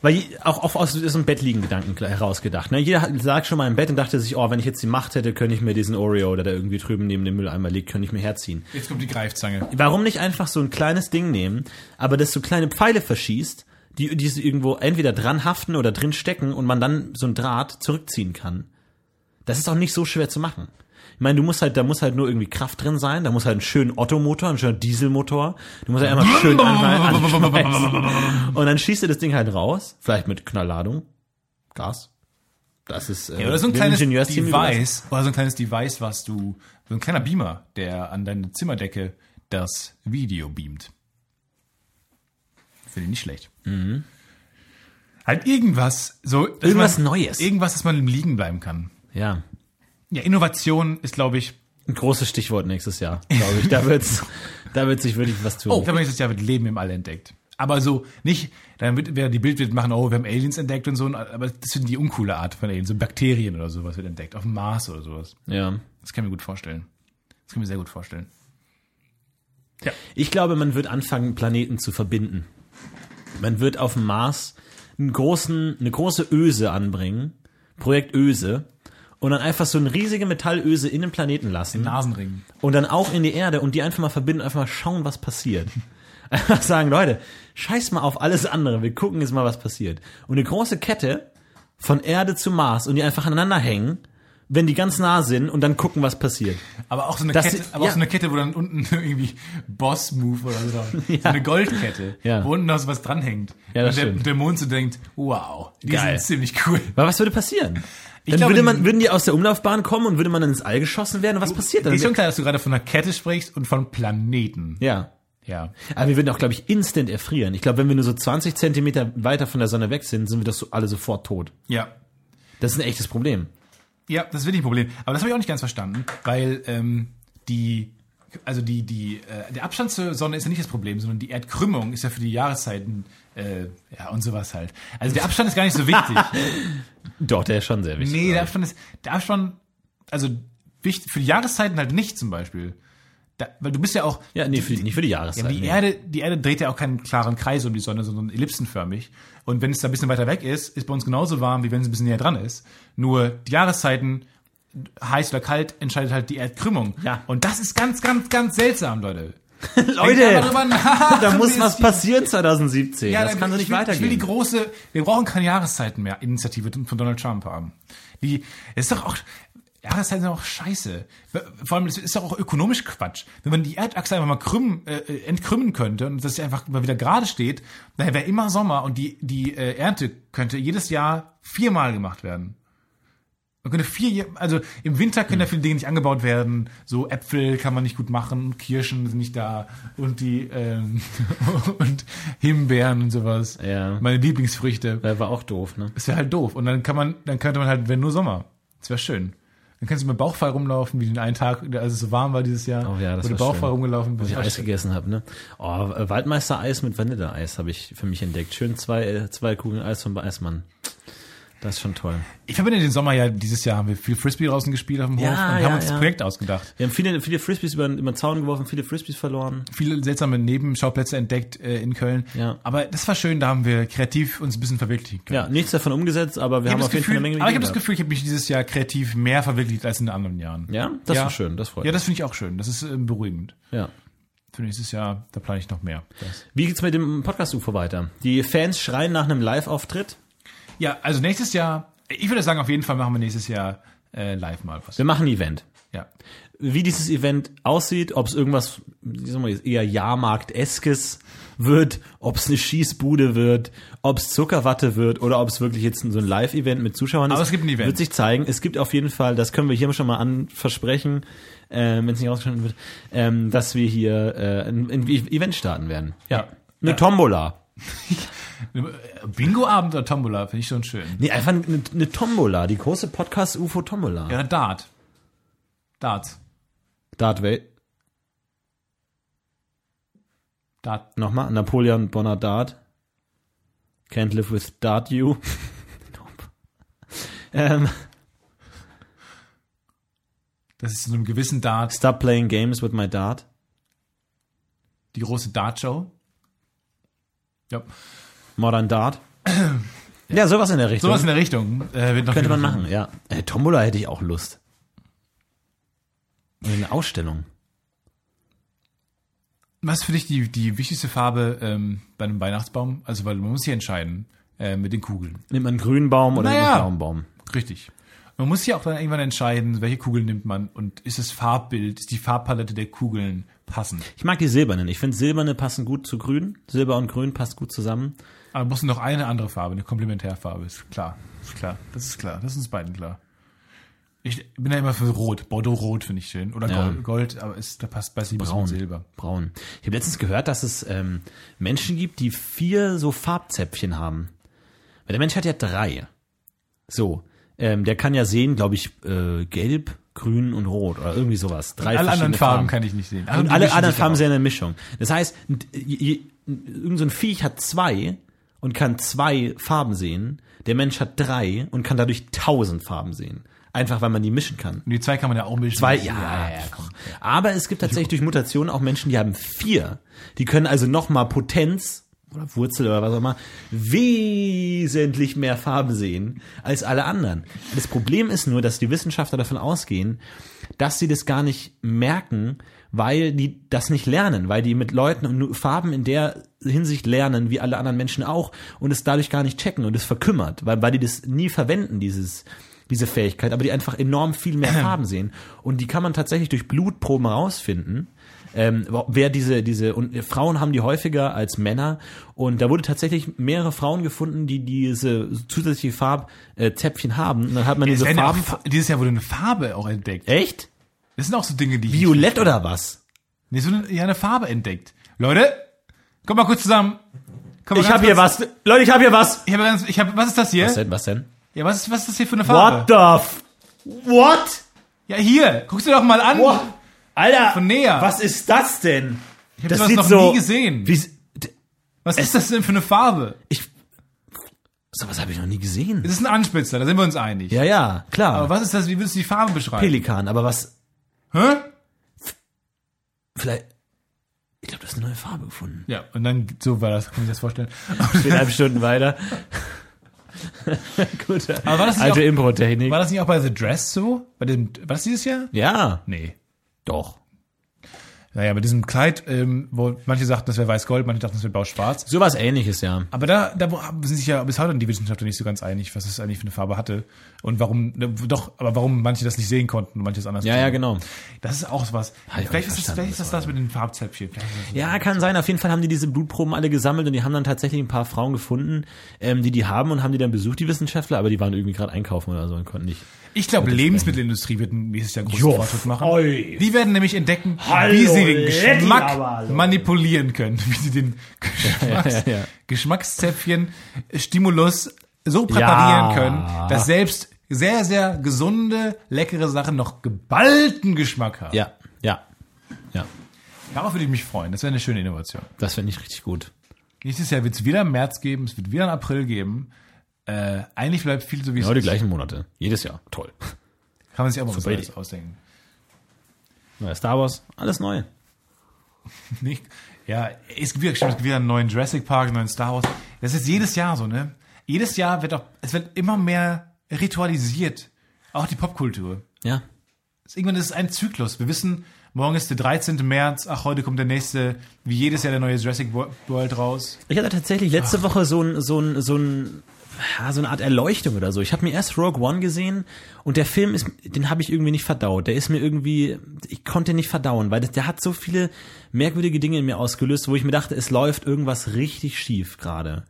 [SPEAKER 2] weil je- auch, auch aus diesem Bettliegen-Gedanken klar- herausgedacht. Ne? Jeder hat- lag schon mal im Bett und dachte sich, oh, wenn ich jetzt die Macht hätte, könnte ich mir diesen Oreo, der da irgendwie drüben neben dem Mülleimer liegt, könnte ich mir herziehen.
[SPEAKER 3] Jetzt kommt die Greifzange.
[SPEAKER 2] Warum nicht einfach so ein kleines Ding nehmen, aber das so kleine Pfeile verschießt, die, die sie irgendwo entweder dran haften oder drin stecken und man dann so ein Draht zurückziehen kann? Das ist auch nicht so schwer zu machen. Ich meine, du musst halt, da muss halt nur irgendwie Kraft drin sein, da muss halt ein schönen Ottomotor, ein schöner Dieselmotor, du musst halt
[SPEAKER 3] (laughs)
[SPEAKER 2] einmal schön anschmeißen. Und dann schießt du das Ding halt raus, vielleicht mit Knallladung, Gas. Das ist äh,
[SPEAKER 3] Ja, oder so ein
[SPEAKER 2] dem
[SPEAKER 3] kleines
[SPEAKER 2] Ingenieursteam überlassen.
[SPEAKER 3] Device, oder so ein kleines Device, was du, so ein kleiner Beamer, der an deine Zimmerdecke das Video beamt. Finde ich nicht schlecht. Halt irgendwas, so dass
[SPEAKER 2] Mhm. Irgendwas Neues.
[SPEAKER 3] Irgendwas, dass man im Liegen bleiben kann.
[SPEAKER 2] Ja.
[SPEAKER 3] Ja, Innovation ist, glaube ich,
[SPEAKER 2] Ein großes Stichwort nächstes Jahr, glaube
[SPEAKER 3] (laughs)
[SPEAKER 2] ich. Da wird's, da wird sich wirklich was tun.
[SPEAKER 3] ich glaube, nächstes Jahr wird Leben im All entdeckt. Aber so nicht, dann wird, wer die Bild wird machen, oh, wir haben Aliens entdeckt und so, aber das sind die uncoole Art von Aliens, so Bakterien oder sowas wird entdeckt, auf dem Mars oder sowas.
[SPEAKER 2] Ja.
[SPEAKER 3] Das kann ich mir gut vorstellen. Das kann ich mir sehr gut vorstellen.
[SPEAKER 2] Ich glaube, man wird anfangen, Planeten zu verbinden. Man wird auf dem Mars einen großen, eine große Öse anbringen, Projekt Öse, und dann einfach so eine riesige Metallöse in den Planeten lassen
[SPEAKER 3] Nasenring.
[SPEAKER 2] und dann auch in die Erde und die einfach mal verbinden, einfach mal schauen, was passiert. (laughs) Einfach sagen, Leute, scheiß mal auf alles andere, wir gucken jetzt mal, was passiert. Und eine große Kette von Erde zu Mars und die einfach aneinander hängen, wenn die ganz nah sind und dann gucken, was passiert.
[SPEAKER 3] Aber auch so eine
[SPEAKER 2] Das
[SPEAKER 3] Kette,
[SPEAKER 2] ist-
[SPEAKER 3] aber auch
[SPEAKER 2] ja.
[SPEAKER 3] so eine Kette, wo dann unten (laughs) irgendwie Boss Move oder so,
[SPEAKER 2] (laughs)
[SPEAKER 3] drauf- so eine Goldkette,
[SPEAKER 2] Ja.
[SPEAKER 3] wo unten noch so was dranhängt.
[SPEAKER 2] Ja, das
[SPEAKER 3] und der,
[SPEAKER 2] stimmt.
[SPEAKER 3] der Mond so denkt, wow, die
[SPEAKER 2] Geil.
[SPEAKER 3] sind ziemlich cool.
[SPEAKER 2] Aber was würde passieren? Dann
[SPEAKER 3] glaube,
[SPEAKER 2] würde man, würden die aus der Umlaufbahn kommen und würde man dann ins All geschossen werden? Und was passiert dann?
[SPEAKER 3] Ist schon klar, dass du gerade von einer Kette sprichst und von Planeten.
[SPEAKER 2] ja.
[SPEAKER 3] Ja.
[SPEAKER 2] Aber wir würden auch, glaube ich, instant erfrieren. Ich glaube, wenn wir nur so 20 Zentimeter weiter von der Sonne weg sind, sind wir doch so alle sofort tot.
[SPEAKER 3] Ja.
[SPEAKER 2] Das ist ein echtes Problem.
[SPEAKER 3] Ja, das ist wirklich ein Problem. Aber das habe ich auch nicht ganz verstanden, weil ähm, die, also die, die, äh, der Abstand zur Sonne ist ja nicht das Problem, sondern die Erdkrümmung ist ja für die Jahreszeiten äh, ja, und sowas halt. Also der Abstand ist gar nicht so wichtig.
[SPEAKER 2] Doch, der ist schon sehr wichtig.
[SPEAKER 3] nee, der Abstand ist, der Abstand, also wichtig, für die Jahreszeiten halt nicht zum Beispiel. Da, weil du bist ja auch,
[SPEAKER 2] Ja, nee, für, die- nicht für die Jahreszeit.
[SPEAKER 3] ja, die,
[SPEAKER 2] nee.
[SPEAKER 3] Erde, die Erde dreht ja auch keinen klaren Kreis um die Sonne, sondern ellipsenförmig. Und wenn es da ein bisschen weiter weg ist, ist bei uns genauso warm, wie wenn es ein bisschen näher dran ist. Nur die Jahreszeiten, heiß oder kalt, entscheidet halt die Erdkrümmung.
[SPEAKER 2] Ja.
[SPEAKER 3] Und das ist ganz, ganz, ganz seltsam, Leute. Denk mal
[SPEAKER 2] (laughs) Leute,
[SPEAKER 3] drüber nach,
[SPEAKER 2] (laughs) da muss
[SPEAKER 3] wie
[SPEAKER 2] was
[SPEAKER 3] es-
[SPEAKER 2] passieren 2017.
[SPEAKER 3] Ja,
[SPEAKER 2] das
[SPEAKER 3] dann-
[SPEAKER 2] kann so
[SPEAKER 3] ich
[SPEAKER 2] nicht
[SPEAKER 3] will, Ich will
[SPEAKER 2] weitergehen.
[SPEAKER 3] die große, wir brauchen keine Jahreszeiten mehr, Initiative von Donald Trump haben. Die, es ist doch auch, Jahreszeiten sind auch scheiße. Vor allem, es ist doch auch ökonomisch Quatsch. Wenn man die Erdachse einfach mal krümmen, äh, entkrümmen könnte und dass sie einfach mal wieder gerade steht, dann wäre immer Sommer und die, die äh, Ernte könnte jedes Jahr viermal gemacht werden. Man könnte vier, Je- also im Winter können ja
[SPEAKER 2] Hm.
[SPEAKER 3] viele Dinge nicht angebaut werden. So Äpfel kann man nicht gut machen, Kirschen sind nicht da und die ähm, (laughs) und Himbeeren und sowas.
[SPEAKER 2] Ja.
[SPEAKER 3] Meine Lieblingsfrüchte.
[SPEAKER 2] Äh, War auch doof, ne?
[SPEAKER 3] Das wäre halt doof. Und dann kann man, dann könnte man halt, wenn nur Sommer. Das wäre schön. Dann kannst du mit Bauchfall rumlaufen, wie den einen Tag, als es so warm war dieses Jahr,
[SPEAKER 2] Oh ja, das
[SPEAKER 3] wo du
[SPEAKER 2] war
[SPEAKER 3] Bauchfall
[SPEAKER 2] schön.
[SPEAKER 3] rumgelaufen
[SPEAKER 2] Wo
[SPEAKER 3] bist.
[SPEAKER 2] ich Eis gegessen habe, ne? Oh, äh, Waldmeister-Eis mit Vanilleeis habe ich für mich entdeckt. Schön zwei, äh, zwei Kugeln Eis vom Eismann. Das ist schon toll.
[SPEAKER 3] Ich verbinde den Sommer ja, dieses Jahr haben wir viel Frisbee draußen gespielt auf dem
[SPEAKER 2] Ja,
[SPEAKER 3] Hof und
[SPEAKER 2] ja,
[SPEAKER 3] haben uns
[SPEAKER 2] ja.
[SPEAKER 3] das Projekt ausgedacht.
[SPEAKER 2] Wir haben viele, viele Frisbees über, den- über den Zaun geworfen, viele Frisbees verloren.
[SPEAKER 3] viele seltsame Nebenschauplätze entdeckt äh, in Köln.
[SPEAKER 2] Ja.
[SPEAKER 3] Aber das war schön, da haben wir kreativ uns ein bisschen verwirklichen können.
[SPEAKER 2] Ja, nichts davon umgesetzt, aber wir
[SPEAKER 3] Ich
[SPEAKER 2] haben
[SPEAKER 3] hab
[SPEAKER 2] auf
[SPEAKER 3] das
[SPEAKER 2] jeden Fall
[SPEAKER 3] Gefühl,
[SPEAKER 2] eine Menge
[SPEAKER 3] aber ich habe das
[SPEAKER 2] gegeben
[SPEAKER 3] Gefühl, ich habe mich dieses Jahr kreativ mehr verwirklicht als in den anderen Jahren.
[SPEAKER 2] gehabt. Ja, das war schön, das freut
[SPEAKER 3] Ja,
[SPEAKER 2] mich.
[SPEAKER 3] das finde ich auch schön. Das ist äh, beruhigend.
[SPEAKER 2] Ja.
[SPEAKER 3] Für nächstes Jahr, da plane ich noch mehr. Das.
[SPEAKER 2] Wie geht's mit dem Podcast-UFO weiter? Die Fans schreien nach einem Live-Auftritt.
[SPEAKER 3] Ja, also nächstes Jahr, ich würde sagen, auf jeden Fall machen wir nächstes Jahr äh, live mal was.
[SPEAKER 2] Wir machen ein Event.
[SPEAKER 3] Ja.
[SPEAKER 2] Wie dieses Event aussieht, ob es irgendwas wie sagen wir, jetzt, eher Jahrmarkt-eskes wird, ob es eine Schießbude wird, ob es Zuckerwatte wird oder ob es wirklich jetzt so ein Live-Event mit Zuschauern ist.
[SPEAKER 3] Aber es gibt ein Event.
[SPEAKER 2] Wird sich zeigen. Es gibt auf jeden Fall, das können wir hier schon mal an versprechen, äh, wenn es nicht ausgeschnitten wird, ähm, dass wir hier äh, ein, ein Event starten werden.
[SPEAKER 3] Ja.
[SPEAKER 2] Eine
[SPEAKER 3] Ja.
[SPEAKER 2] Tombola.
[SPEAKER 3] Bingo-Abend oder Tombola, finde ich schon schön.
[SPEAKER 2] Nee, einfach eine, eine Tombola, die große Podcast-UFO-Tombola.
[SPEAKER 3] Ja, Dart. Darts.
[SPEAKER 2] Darth Vader.
[SPEAKER 3] Dart.
[SPEAKER 2] Nochmal, Napoleon Bonaparte. Can't live with Dart (laughs) you. ähm,
[SPEAKER 3] Das ist zu einem gewissen Dart,
[SPEAKER 2] stop playing games with my dart.
[SPEAKER 3] die große Dart-Show. Ja.
[SPEAKER 2] Modern (clears throat) Dart. ja, sowas in der Richtung.
[SPEAKER 3] Sowas in der Richtung. Äh, wird noch viel
[SPEAKER 2] könnte man machen, ja. Äh, Tombola hätte ich auch Lust. Oder Eine Ausstellung.
[SPEAKER 3] Was ist für dich die, die wichtigste Farbe ähm, bei einem Weihnachtsbaum? Also, weil man muss hier entscheiden äh, mit den Kugeln.
[SPEAKER 2] Nimmt man einen grünen Baum oder
[SPEAKER 3] Naja.
[SPEAKER 2] einen blauen Baum?
[SPEAKER 3] Richtig. Man muss hier auch dann irgendwann entscheiden, welche Kugeln nimmt man und ist das Farbbild, ist die Farbpalette der Kugeln passend?
[SPEAKER 2] Ich mag die silbernen. Ich finde silberne passen gut zu grün. Silber und grün passt gut zusammen.
[SPEAKER 3] Aber muss noch eine andere Farbe, eine Komplementärfarbe, ist klar. Ist klar. Das ist klar. Das ist uns beiden klar. Ich bin ja immer für Rot. Bordeaux-Rot finde ich schön. Oder
[SPEAKER 2] Ja.
[SPEAKER 3] Gold, Gold, aber ist, da passt bei Silber
[SPEAKER 2] Braun.
[SPEAKER 3] und Silber.
[SPEAKER 2] Braun. Ich habe letztens gehört, dass es ähm, Menschen gibt, die vier so Farbzäpfchen haben. Weil der Mensch hat ja drei. So. Ähm, der kann ja sehen, glaube ich, äh, gelb, grün und rot oder irgendwie sowas. Drei
[SPEAKER 3] Alle anderen
[SPEAKER 2] verschiedene
[SPEAKER 3] Farben kann ich nicht sehen.
[SPEAKER 2] Und
[SPEAKER 3] die
[SPEAKER 2] alle
[SPEAKER 3] mischen
[SPEAKER 2] anderen
[SPEAKER 3] sich
[SPEAKER 2] Farben
[SPEAKER 3] auch.
[SPEAKER 2] sind eine Mischung. Das heißt, n- je- je- irgend so ein Viech hat zwei und kann zwei Farben sehen. Der Mensch hat drei und kann dadurch tausend Farben sehen. Einfach, weil man die mischen kann.
[SPEAKER 3] Und die zwei kann man ja auch mischen.
[SPEAKER 2] Zwei, ja, ja, komm. Aber es gibt tatsächlich durch Mutationen auch Menschen, die haben vier. Die können also nochmal Potenz oder Wurzel oder was auch immer wesentlich mehr Farben sehen als alle anderen. Das Problem ist nur, dass die Wissenschaftler davon ausgehen, dass sie das gar nicht merken, weil die das nicht lernen, weil die mit Leuten und nur Farben in der Hinsicht lernen, wie alle anderen Menschen auch, und es dadurch gar nicht checken und es verkümmert, weil, weil die das nie verwenden, dieses, diese Fähigkeit, aber die einfach enorm
[SPEAKER 3] (clears throat)
[SPEAKER 2] viel mehr Farben sehen. Und die kann man tatsächlich durch Blutproben herausfinden. Ähm, wer diese, diese, und Frauen haben die häufiger als Männer. Und da wurde tatsächlich mehrere Frauen gefunden, die diese zusätzliche Farbzäpfchen haben. Und dann hat man
[SPEAKER 3] Es
[SPEAKER 2] diese
[SPEAKER 3] werden ja auch
[SPEAKER 2] Farben.
[SPEAKER 3] Fa dieses Jahr wurde eine Farbe auch entdeckt.
[SPEAKER 2] Echt?
[SPEAKER 3] Das sind auch so Dinge, die ich-
[SPEAKER 2] Violett oder was?
[SPEAKER 3] Nee, so eine, ja, eine Farbe entdeckt. Leute, kommt mal kurz zusammen. Kommt mal
[SPEAKER 2] Ich
[SPEAKER 3] ganz
[SPEAKER 2] habe hier
[SPEAKER 3] kurz-
[SPEAKER 2] was. Leute, ich habe hier was.
[SPEAKER 3] Ich habe ganz, ich habe, was ist das hier?
[SPEAKER 2] Was denn, was denn?
[SPEAKER 3] ja, was ist, was ist das hier für eine
[SPEAKER 2] What
[SPEAKER 3] Farbe?
[SPEAKER 2] the f What?
[SPEAKER 3] Ja, hier, guckst du doch mal an.
[SPEAKER 2] What? Alter,
[SPEAKER 3] Von näher.
[SPEAKER 2] was ist das denn? Ich
[SPEAKER 3] hab sowas noch nie gesehen.
[SPEAKER 2] Wie, d-
[SPEAKER 3] Was ist das denn für eine Farbe?
[SPEAKER 2] ich, sowas habe ich noch nie gesehen.
[SPEAKER 3] Es ist ein Anspitzer, da sind wir uns einig.
[SPEAKER 2] Ja, ja, klar.
[SPEAKER 3] Aber was ist das, wie würdest du die Farbe beschreiben?
[SPEAKER 2] Pelikan, aber was,
[SPEAKER 3] Hä?
[SPEAKER 2] vielleicht, ich glaube, du hast eine neue Farbe gefunden.
[SPEAKER 3] Ja, und dann, so war das, kann man sich das vorstellen.
[SPEAKER 2] Eineinhalb Stunden weiter. (laughs) Gut.
[SPEAKER 3] Aber war das nicht
[SPEAKER 2] Alte
[SPEAKER 3] auch-
[SPEAKER 2] Impro-Technik.
[SPEAKER 3] War das nicht auch bei The Dress so? Bei dem, war das dieses Jahr?
[SPEAKER 2] Ja,
[SPEAKER 3] Nee.
[SPEAKER 2] doch.
[SPEAKER 3] Naja, mit diesem Kleid, ähm, wo manche sagten, das wäre weiß-gold, manche dachten, das wäre blau-schwarz.
[SPEAKER 2] Sowas ähnliches, ja.
[SPEAKER 3] Aber da, da wo- sind sich ja bis heute die Wissenschaftler nicht so ganz einig, was es eigentlich für eine Farbe hatte und warum, ne, doch, aber warum manche das nicht sehen konnten und manches anders.
[SPEAKER 2] Ja, ja, genau.
[SPEAKER 3] Das ist auch was.
[SPEAKER 2] ich auch
[SPEAKER 3] Vielleicht
[SPEAKER 2] nicht
[SPEAKER 3] ist, das,
[SPEAKER 2] verstanden,
[SPEAKER 3] vielleicht ist das das mit den Farbzäpfchen. Vielleicht ist das-
[SPEAKER 2] Ja, kann sein. Auf jeden Fall haben die diese Blutproben alle gesammelt und die haben dann tatsächlich ein paar Frauen gefunden, ähm, die die haben und haben die dann besucht, die Wissenschaftler, aber die waren irgendwie gerade einkaufen oder so und konnten nicht.
[SPEAKER 3] Ich glaube, Lebensmittelindustrie wird nächstes Jahr großen
[SPEAKER 2] Jo,
[SPEAKER 3] Fortschritt machen.
[SPEAKER 2] oi.
[SPEAKER 3] Die werden nämlich entdecken, wie sie den
[SPEAKER 2] Letti,
[SPEAKER 3] Geschmack
[SPEAKER 2] aber, hallo.
[SPEAKER 3] manipulieren können. Wie sie den Geschmacks
[SPEAKER 2] (laughs) ja, ja.
[SPEAKER 3] Geschmackszäpfchen Stimulus so präparieren
[SPEAKER 2] Ja.
[SPEAKER 3] können, dass selbst sehr, sehr gesunde, leckere Sachen noch geballten Geschmack haben.
[SPEAKER 2] Ja, ja, ja.
[SPEAKER 3] Darauf würde ich mich freuen. Das wäre eine schöne Innovation.
[SPEAKER 2] Das finde ich richtig gut.
[SPEAKER 3] Nächstes Jahr wird es wieder im März geben, es wird wieder im April geben. Äh, eigentlich bleibt viel so, wie es
[SPEAKER 2] Genau die
[SPEAKER 3] ist.
[SPEAKER 2] gleichen Monate. Jedes Jahr. Toll.
[SPEAKER 3] Kann man sich auch mal was
[SPEAKER 2] Super
[SPEAKER 3] Neues
[SPEAKER 2] Idee.
[SPEAKER 3] ausdenken.
[SPEAKER 2] (laughs) Neuer Star Wars, alles neu.
[SPEAKER 3] Nicht, ja, es gibt, wieder, stimmt, es gibt wieder einen neuen Jurassic Park, einen neuen Star Wars. Das ist jedes Jahr so, ne? Jedes Jahr wird auch, es wird immer mehr ritualisiert. Auch die Popkultur.
[SPEAKER 2] Ja.
[SPEAKER 3] Es- Irgendwann ist es ein Zyklus. Wir wissen, morgen ist der 13. März, ach, heute kommt der nächste, wie jedes Jahr der neue Jurassic Wo- World raus.
[SPEAKER 2] Ich hatte tatsächlich letzte Woche so ein, so ein, so ein, ja, so eine Art Erleuchtung oder so. Ich habe mir erst Rogue One gesehen und der Film ist, den habe ich irgendwie nicht verdaut. Der ist mir irgendwie, ich konnte ihn nicht verdauen, weil das, der hat so viele merkwürdige Dinge in mir ausgelöst, wo ich mir dachte, es läuft irgendwas richtig schief gerade.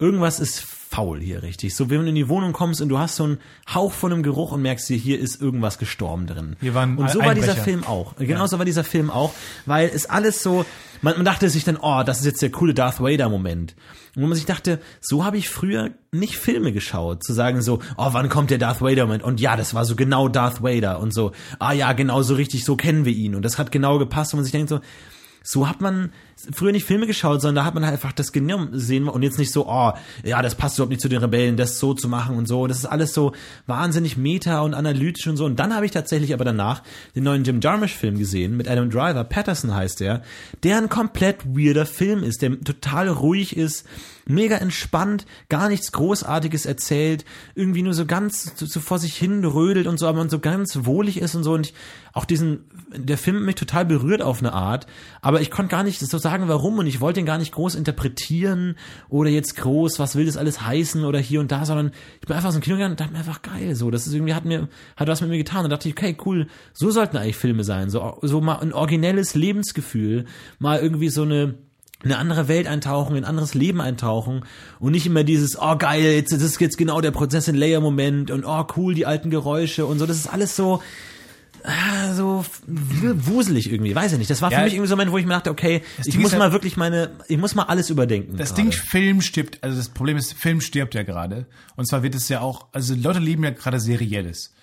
[SPEAKER 2] Irgendwas ist faul hier richtig. So, wenn du in die Wohnung kommst und du hast so einen Hauch von einem Geruch und merkst dir, hier ist irgendwas gestorben drin.
[SPEAKER 3] Hier waren
[SPEAKER 2] und so
[SPEAKER 3] Ein-
[SPEAKER 2] war dieser
[SPEAKER 3] Einbrecher.
[SPEAKER 2] Film Film auch. Genauso war dieser Film auch, weil es alles so, man, man dachte sich dann, oh, das ist jetzt der coole Darth Vader-Moment. Und wo man sich dachte, so habe ich früher nicht Filme geschaut, zu sagen so, oh, wann kommt der Darth Vader-Moment? Und ja, das war so genau Darth Vader und so, ah ja, genau so richtig, so kennen wir ihn. Und das hat genau gepasst, und man sich denkt so, so hat man früher nicht Filme geschaut, sondern da hat man halt einfach das genommen sehen und jetzt nicht so, oh, ja, das passt überhaupt nicht zu den Rebellen, das so zu machen und so. Das ist alles so wahnsinnig meta und analytisch und so. Und dann habe ich tatsächlich aber danach den neuen Jim Jarmusch-Film gesehen mit Adam Driver, Patterson heißt der, der ein komplett weirder Film ist, der total ruhig ist, mega entspannt, gar nichts Großartiges erzählt, irgendwie nur so ganz so, so vor sich hin rödelt und so, aber man so ganz wohlig ist und so. Und ich, auch diesen, der Film hat mich total berührt auf eine Art, aber ich konnte gar nicht so sagen, warum und ich wollte ihn gar nicht groß interpretieren oder jetzt groß, was will das alles heißen oder hier und da, sondern ich bin einfach aus dem Kino gegangen und dachte mir einfach geil, so, das ist irgendwie, hat mir, hat was mit mir getan und dachte ich, okay, cool, so sollten eigentlich Filme sein, so, so mal ein originelles Lebensgefühl, mal irgendwie so eine, in eine andere Welt eintauchen, in ein anderes Leben eintauchen und nicht immer dieses, oh geil, jetzt, das ist jetzt genau der Prozess in Layer-Moment und oh cool, die alten Geräusche und so, das ist alles so, ah, so f- w- wuselig irgendwie, weiß ich nicht. Das war für
[SPEAKER 3] Ja,
[SPEAKER 2] mich irgendwie so ein Moment, wo ich mir dachte, okay, ich
[SPEAKER 3] Ding
[SPEAKER 2] muss
[SPEAKER 3] ist ja-
[SPEAKER 2] mal wirklich meine, ich muss mal alles überdenken.
[SPEAKER 3] Das
[SPEAKER 2] gerade.
[SPEAKER 3] Ding Film stirbt, also das Problem ist, Film stirbt ja gerade. Und zwar wird es ja auch, also die Leute lieben ja gerade Serielles.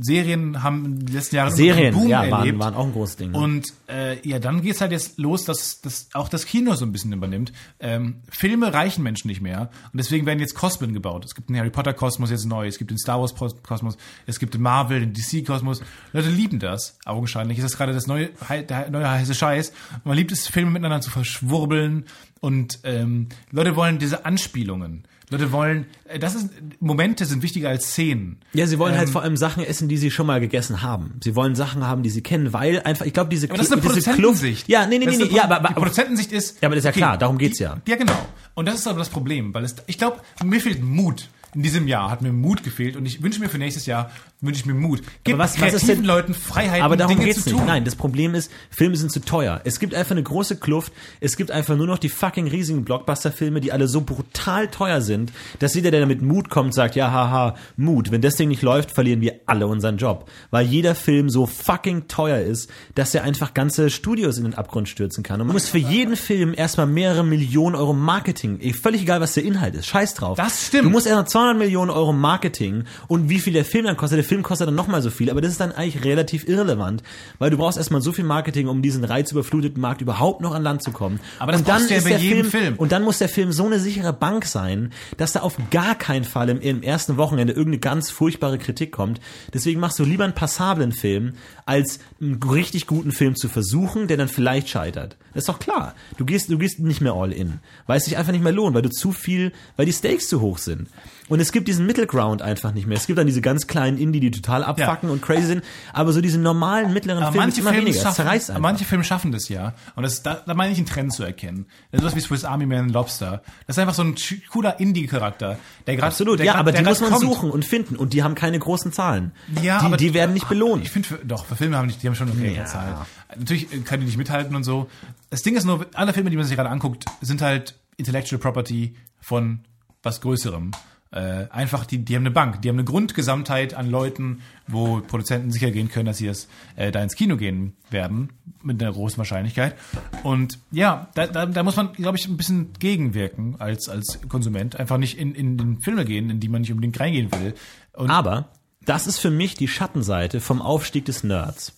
[SPEAKER 3] Serien haben in den letzten Jahren
[SPEAKER 2] Serien,
[SPEAKER 3] einen Boom
[SPEAKER 2] ja, waren,
[SPEAKER 3] erlebt.
[SPEAKER 2] waren auch ein großes Ding. ne?
[SPEAKER 3] Und äh, ja, dann geht's halt jetzt los, dass, dass auch das Kino so ein bisschen übernimmt. Ähm, Filme reichen Menschen nicht mehr und deswegen werden jetzt Kosmen gebaut. Es gibt den Harry Potter Kosmos jetzt neu, es gibt den Star Wars Kosmos, es gibt den Marvel, den DC Kosmos. Leute lieben das. Augenscheinlich ist das gerade das neue, hei- der neue heiße Scheiß. Und man liebt es, Filme miteinander zu verschwurbeln und ähm, Leute wollen diese Anspielungen. Leute wollen, äh, das ist Momente sind wichtiger als Szenen.
[SPEAKER 2] ja, sie wollen
[SPEAKER 3] ähm,
[SPEAKER 2] halt vor allem Sachen essen, die sie schon mal gegessen haben. Sie wollen Sachen haben, die sie kennen, weil einfach, ich glaube, diese,
[SPEAKER 3] Aber das ist eine
[SPEAKER 2] Klu- diese Kluft.
[SPEAKER 3] Produzentensicht.
[SPEAKER 2] Ja, nee, nee,
[SPEAKER 3] Das
[SPEAKER 2] nee,
[SPEAKER 3] ist
[SPEAKER 2] nee.
[SPEAKER 3] eine
[SPEAKER 2] Ja,
[SPEAKER 3] Pro-
[SPEAKER 2] aber,
[SPEAKER 3] die
[SPEAKER 2] aber
[SPEAKER 3] Produzentensicht ist.
[SPEAKER 2] Ja, aber das ist ja klar, darum geht's ja.
[SPEAKER 3] Ja, genau. Und das ist aber das Problem, weil es, ich glaube, mir fehlt Mut. In diesem Jahr hat mir Mut gefehlt und ich wünsche mir für nächstes Jahr wünsche ich mir Mut. Gib
[SPEAKER 2] was- was ist
[SPEAKER 3] kreativen
[SPEAKER 2] denn-
[SPEAKER 3] Leuten Freiheit,
[SPEAKER 2] Aber darum
[SPEAKER 3] Dinge
[SPEAKER 2] geht's
[SPEAKER 3] zu
[SPEAKER 2] nicht.
[SPEAKER 3] tun.
[SPEAKER 2] Nein, das Problem ist, Filme sind zu teuer. Es gibt einfach eine große Kluft. Es gibt einfach nur noch die fucking riesigen Blockbuster-Filme, die alle so brutal teuer sind, dass jeder, der damit Mut kommt, sagt, ja, haha, Mut. Wenn das Ding nicht läuft, verlieren wir alle unseren Job. Weil jeder Film so fucking teuer ist, dass er einfach ganze Studios in den Abgrund stürzen kann. Und man muss für jeden Film erstmal mehrere Millionen Euro Marketing, eh, völlig egal, was der Inhalt ist, scheiß drauf.
[SPEAKER 3] Das stimmt.
[SPEAKER 2] Du musst erstmal 200 Millionen Euro Marketing und wie viel der Film dann kostet. Der Film kostet dann nochmal so viel, aber das ist dann eigentlich relativ irrelevant, weil du brauchst erstmal so viel Marketing, um diesen reizüberfluteten Markt überhaupt noch an Land zu kommen.
[SPEAKER 3] Aber das
[SPEAKER 2] und dann
[SPEAKER 3] brauchst du ja
[SPEAKER 2] ist
[SPEAKER 3] bei
[SPEAKER 2] der
[SPEAKER 3] jedem Film.
[SPEAKER 2] Und dann muss der Film so eine sichere Bank sein, dass da auf gar keinen Fall im, im ersten Wochenende irgendeine ganz furchtbare Kritik kommt. Deswegen machst du lieber einen passablen Film, als einen richtig guten Film zu versuchen, der dann vielleicht scheitert. Das ist doch klar. Du gehst, du gehst nicht mehr all in, weil es sich einfach nicht mehr lohnt, weil du zu viel, weil die Stakes zu hoch sind. Und es gibt diesen Mittelground einfach nicht mehr. Es gibt dann diese ganz kleinen Indie, die total abfacken und crazy sind, aber so diese normalen mittleren
[SPEAKER 3] Aber
[SPEAKER 2] Filme
[SPEAKER 3] manche,
[SPEAKER 2] ist immer
[SPEAKER 3] Filme
[SPEAKER 2] weniger. Es zerreißt
[SPEAKER 3] schaffen,
[SPEAKER 2] einfach.
[SPEAKER 3] manche Filme schaffen das ja. Und das, da, da meine ich einen Trend zu erkennen. Das ist sowas wie Swiss Army Man Lobster. Das ist einfach so ein sch- cooler Indie-Charakter. Der grad,
[SPEAKER 2] Absolut,
[SPEAKER 3] der
[SPEAKER 2] ja,
[SPEAKER 3] grad-
[SPEAKER 2] aber
[SPEAKER 3] der
[SPEAKER 2] die
[SPEAKER 3] grad
[SPEAKER 2] muss man
[SPEAKER 3] kommt.
[SPEAKER 2] suchen und finden und die haben keine großen Zahlen.
[SPEAKER 3] Ja,
[SPEAKER 2] die,
[SPEAKER 3] aber- Ah,
[SPEAKER 2] die werden nicht belohnt.
[SPEAKER 3] Ich finde, für- doch, für Filme haben nicht, die haben schon okay
[SPEAKER 2] Ja.
[SPEAKER 3] ja. Zahl. Natürlich äh, können die nicht mithalten und so. Das Ding ist nur, alle Filme, die man sich gerade anguckt, sind halt Intellectual Property von was Größerem. Äh, einfach, die, die haben eine Bank, die haben eine Grundgesamtheit an Leuten, wo Produzenten sicher gehen können, dass sie das äh, da ins Kino gehen werden, mit einer großen Wahrscheinlichkeit. Und ja, da, da, da muss man, glaube ich, ein bisschen gegenwirken als, als Konsument. Einfach nicht in, in, in Filme gehen, in die man nicht unbedingt reingehen will. Und
[SPEAKER 2] Aber das ist für mich die Schattenseite vom Aufstieg des Nerds.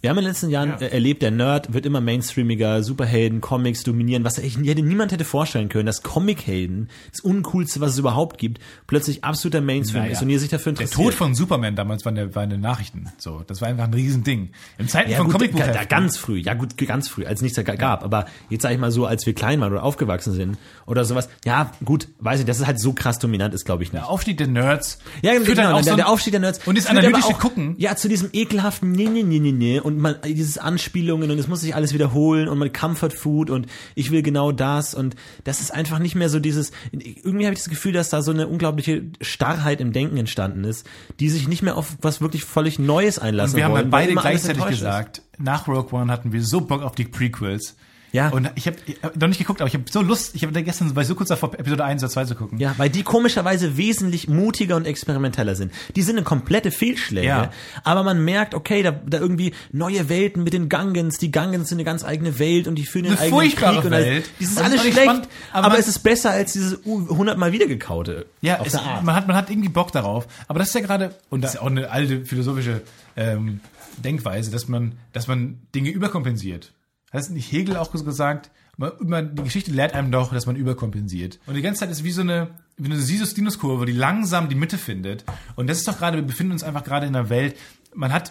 [SPEAKER 2] Wir haben in den letzten Jahren äh, erlebt, der Nerd wird immer mainstreamiger, Superhelden, Comics dominieren, was ich hätte niemand hätte vorstellen können, dass Comichelden, das Uncoolste, was es überhaupt gibt, plötzlich absoluter Mainstream
[SPEAKER 3] Naja.
[SPEAKER 2] ist und ihr sich dafür
[SPEAKER 3] Der
[SPEAKER 2] interessiert.
[SPEAKER 3] Tod von Superman damals war in, der, war in den Nachrichten. So, das war einfach ein Riesending. Im Zeiten
[SPEAKER 2] ja,
[SPEAKER 3] von
[SPEAKER 2] gut,
[SPEAKER 3] Comicbuch.
[SPEAKER 2] da, da ganz früh, ja gut, ganz früh, als es nichts da gab, aber jetzt sage ich mal so, als wir klein waren oder aufgewachsen sind oder sowas, ja gut, weiß ich, dass es halt so krass dominant ist, glaube ich nicht.
[SPEAKER 3] Der Aufstieg der Nerds.
[SPEAKER 2] Ja,
[SPEAKER 3] führt dann
[SPEAKER 2] genau,
[SPEAKER 3] auch
[SPEAKER 2] der,
[SPEAKER 3] so ein-
[SPEAKER 2] der Aufstieg der Nerds.
[SPEAKER 3] Und das
[SPEAKER 2] führt aber
[SPEAKER 3] analytische
[SPEAKER 2] auch-
[SPEAKER 3] Gucken.
[SPEAKER 2] Ja, zu diesem ekelhaften Nee, nee, nee, nee, nee. Und man, dieses Anspielungen und es muss sich alles wiederholen und man Comfort Food und ich will genau das und das ist einfach nicht mehr so dieses, irgendwie habe ich das Gefühl, dass da so eine unglaubliche Starrheit im Denken entstanden ist, die sich nicht mehr auf was wirklich völlig Neues einlassen
[SPEAKER 3] Wir haben
[SPEAKER 2] also
[SPEAKER 3] halt
[SPEAKER 2] wollen. weil
[SPEAKER 3] beide
[SPEAKER 2] immer alles
[SPEAKER 3] gleichzeitig
[SPEAKER 2] enttäuscht ist.
[SPEAKER 3] gesagt, nach Rogue One hatten wir so Bock auf die Prequels.
[SPEAKER 2] Ja.
[SPEAKER 3] Und ich habe hab noch nicht geguckt, aber ich habe so Lust, ich habe gestern, war ich so kurz davor, Episode 1 oder 2 zu gucken.
[SPEAKER 2] Ja, weil die komischerweise wesentlich mutiger und experimenteller sind. Die sind eine komplette Fehlschläge,
[SPEAKER 3] Ja.
[SPEAKER 2] aber man merkt, okay, da, da irgendwie neue Welten mit den Gangens, die Gangens sind eine ganz eigene Welt und die führen ihren
[SPEAKER 3] Eine
[SPEAKER 2] eigenen
[SPEAKER 3] furchtbare
[SPEAKER 2] Krieg. Und alles-
[SPEAKER 3] Welt.
[SPEAKER 2] Das ist
[SPEAKER 3] Und
[SPEAKER 2] alles
[SPEAKER 3] fand ich
[SPEAKER 2] schlecht,
[SPEAKER 3] spannend, aber
[SPEAKER 2] aber,
[SPEAKER 3] man-
[SPEAKER 2] es ist besser als dieses uh, hundertmal wiedergekaute.
[SPEAKER 3] Ja,
[SPEAKER 2] auf
[SPEAKER 3] es,
[SPEAKER 2] der Art.
[SPEAKER 3] man, hat, man hat irgendwie Bock darauf. Aber das ist ja gerade, und das ist ja auch eine alte philosophische ähm, Denkweise, dass man, dass man Dinge überkompensiert. Hat das nicht Hegel auch gesagt? Man, man, die Geschichte lehrt einem doch, dass man überkompensiert. Und die ganze Zeit ist wie so eine, wie eine Sisus-Dinus-Kurve, die langsam die Mitte findet. Und das ist doch gerade, wir befinden uns einfach gerade in einer Welt, man hat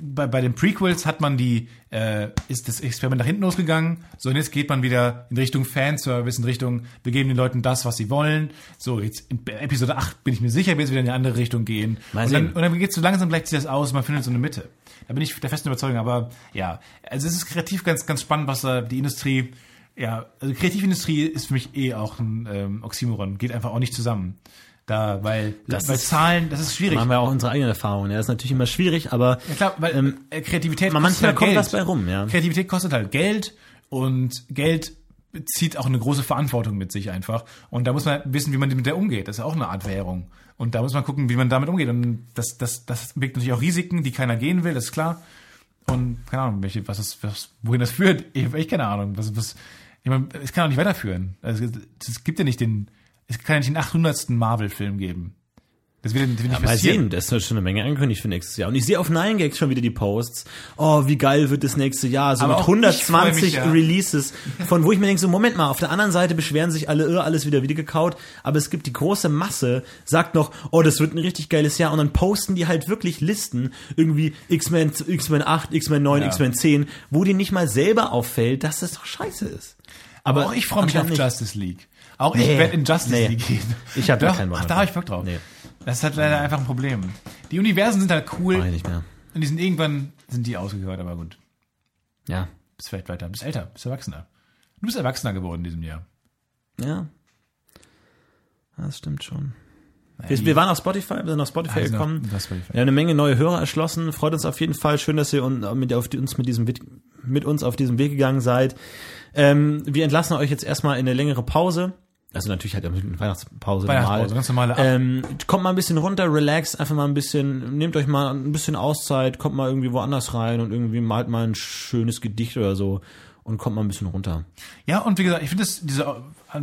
[SPEAKER 3] bei, bei den Prequels hat man die, äh, ist das Experiment nach hinten losgegangen, so und jetzt geht man wieder in Richtung Fanservice, in Richtung, wir geben den Leuten das, was sie wollen. So, jetzt in Episode 8 bin ich mir sicher, wird es wieder in eine andere Richtung gehen.
[SPEAKER 2] Mal
[SPEAKER 3] und dann,
[SPEAKER 2] sehen.
[SPEAKER 3] und dann geht es so langsam, gleicht sich das aus, man findet so eine Mitte. Da bin ich der festen Überzeugung, aber ja, also es ist kreativ ganz, ganz spannend, was da die Industrie, ja, also Kreativindustrie ist für mich eh auch ein ähm, Oxymoron, geht einfach auch nicht zusammen. Da, weil,
[SPEAKER 2] Das
[SPEAKER 3] weil
[SPEAKER 2] ist-
[SPEAKER 3] Zahlen, das ist schwierig.
[SPEAKER 2] Da haben wir auch unsere eigenen Erfahrungen. Ja, das ist natürlich immer schwierig, aber
[SPEAKER 3] Ja klar, weil
[SPEAKER 2] Ähm,
[SPEAKER 3] äh, Kreativität
[SPEAKER 2] man-
[SPEAKER 3] kostet
[SPEAKER 2] manchmal
[SPEAKER 3] halt
[SPEAKER 2] kommt
[SPEAKER 3] Geld.
[SPEAKER 2] was bei rum, ja.
[SPEAKER 3] Kreativität kostet halt Geld und Geld zieht auch eine große Verantwortung mit sich einfach. Und da muss man halt wissen, wie man mit der umgeht. Das ist auch eine Art Währung. Und da muss man gucken, wie man damit umgeht. Und das, das, das birgt natürlich auch Risiken, die keiner gehen will, das ist klar. Und keine Ahnung, welche, was das, was, wohin das führt. Ich habe echt keine Ahnung. Was, was, ich meine, es kann auch nicht weiterführen. Also, es, es gibt ja nicht den, es kann ja nicht den 800. Marvel-Film geben. Das wird, ja- das wird nicht
[SPEAKER 2] Mal
[SPEAKER 3] passieren.
[SPEAKER 2] sehen, das ist schon eine Menge angekündigt für nächstes Jahr. Und ich sehe auf 9gags schon wieder die Posts. Oh, wie geil wird das nächste Jahr. So
[SPEAKER 3] Aber
[SPEAKER 2] mit
[SPEAKER 3] auch ich freu
[SPEAKER 2] 120
[SPEAKER 3] mich, ja.
[SPEAKER 2] Releases, von wo ich mir denke, so Moment mal, auf der anderen Seite beschweren sich alle, irr, alles wieder wieder gekaut. Aber es gibt die große Masse, sagt noch, oh, das wird ein richtig geiles Jahr. Und dann posten die halt wirklich Listen, irgendwie X-Men, X-Men 8, X-Men 9,
[SPEAKER 3] Ja.
[SPEAKER 2] X-Men 10, wo dir nicht mal selber auffällt, dass das doch scheiße ist.
[SPEAKER 3] Aber, auch ich freue mich auf
[SPEAKER 2] anscheinend nicht.
[SPEAKER 3] Justice League. Auch
[SPEAKER 2] Nee.
[SPEAKER 3] ich werde in Justice
[SPEAKER 2] Nee.
[SPEAKER 3] League gehen.
[SPEAKER 2] Ich hab da
[SPEAKER 3] Doch,
[SPEAKER 2] keinen Bock
[SPEAKER 3] Ach,
[SPEAKER 2] drauf.
[SPEAKER 3] da habe ich Bock drauf.
[SPEAKER 2] Nee.
[SPEAKER 3] Das ist halt leider einfach ein Problem. Die Universen sind halt cool.
[SPEAKER 2] Mach ich nicht mehr.
[SPEAKER 3] Und die sind irgendwann, sind die ausgehört, aber gut.
[SPEAKER 2] Ja.
[SPEAKER 3] Bist vielleicht weiter, bist älter, bist erwachsener. Du bist erwachsener geworden in diesem Jahr.
[SPEAKER 2] Ja. Das stimmt schon. Wir, wir waren auf Spotify, wir sind auf Spotify
[SPEAKER 3] Also,
[SPEAKER 2] gekommen.
[SPEAKER 3] das Spotify.
[SPEAKER 2] Wir haben eine Menge neue Hörer erschlossen. Freut uns auf jeden Fall. Schön, dass ihr un, mit, auf, die- uns mit, diesem, Wit- mit uns auf diesem Weg gegangen seid. Ähm, wir entlassen euch jetzt erstmal in eine längere Pause. Also natürlich halt eine Weihnachtspause.
[SPEAKER 3] Weihnachtspause, ganz normale Ab-
[SPEAKER 2] Ähm, kommt mal ein bisschen runter, relax, einfach mal ein bisschen, nehmt euch mal ein bisschen Auszeit, kommt mal irgendwie woanders rein und irgendwie malt mal ein schönes Gedicht oder so und kommt mal ein bisschen runter.
[SPEAKER 3] Ja, und wie gesagt, ich finde das, diese,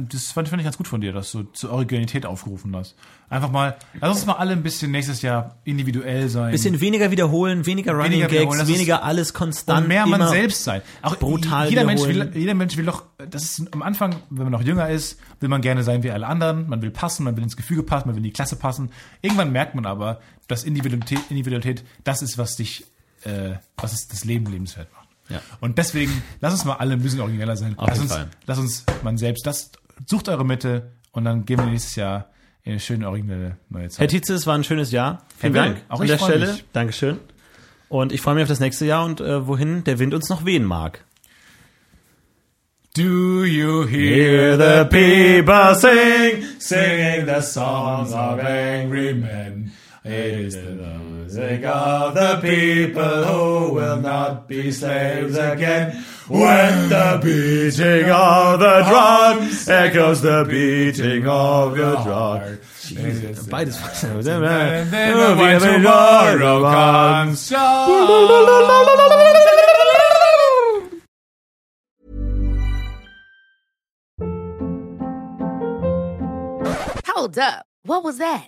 [SPEAKER 3] das fand, fand ich ganz gut von dir, dass du zur Originalität aufgerufen hast. Einfach mal, lass uns mal alle ein bisschen nächstes Jahr individuell sein.
[SPEAKER 2] Bisschen weniger wiederholen, Ähm, weniger Running
[SPEAKER 3] Weniger wiederholen,
[SPEAKER 2] Gags,
[SPEAKER 3] das ist-
[SPEAKER 2] weniger alles konstant.
[SPEAKER 3] und mehr man
[SPEAKER 2] immer-
[SPEAKER 3] selbst sein. Auch
[SPEAKER 2] brutal
[SPEAKER 3] jeder Mensch, will,
[SPEAKER 2] wiederholen.
[SPEAKER 3] jeder Mensch will doch, das ist am Anfang, wenn man noch jünger ist, will man gerne sein wie alle anderen, man will passen, man will ins Gefüge passen, man will in die Klasse passen. Irgendwann merkt man aber, dass Individualität, Individualität das ist, was dich, äh, was es das Leben lebenswert macht.
[SPEAKER 2] Ja.
[SPEAKER 3] Und deswegen, lass uns mal alle ein bisschen origineller sein.
[SPEAKER 2] Auf
[SPEAKER 3] lass
[SPEAKER 2] jeden
[SPEAKER 3] uns,
[SPEAKER 2] Fall.
[SPEAKER 3] lass uns man selbst, das sucht eure Mitte und dann gehen wir nächstes Jahr eine schöne originelle neue
[SPEAKER 2] Herr
[SPEAKER 3] Zeit.
[SPEAKER 2] Tietze, es war ein schönes Jahr. Vielen
[SPEAKER 3] Will,
[SPEAKER 2] Dank
[SPEAKER 3] auch
[SPEAKER 2] an
[SPEAKER 3] ich
[SPEAKER 2] der
[SPEAKER 3] freu
[SPEAKER 2] Stelle.
[SPEAKER 3] mich.
[SPEAKER 2] Dankeschön. Und ich freue mich auf das nächste Jahr und äh, wohin der Wind uns noch wehen mag.
[SPEAKER 3] Do you hear the
[SPEAKER 2] people sing,
[SPEAKER 3] singing the songs of angry men? It is the music of the people who will not be slaves again. When the beating of the drums echoes the beating of your heart. Jesus. (laughs)
[SPEAKER 2] Beides. (laughs)
[SPEAKER 3] And
[SPEAKER 2] Und
[SPEAKER 3] then when tomorrow comes,
[SPEAKER 4] Hold up. What was that?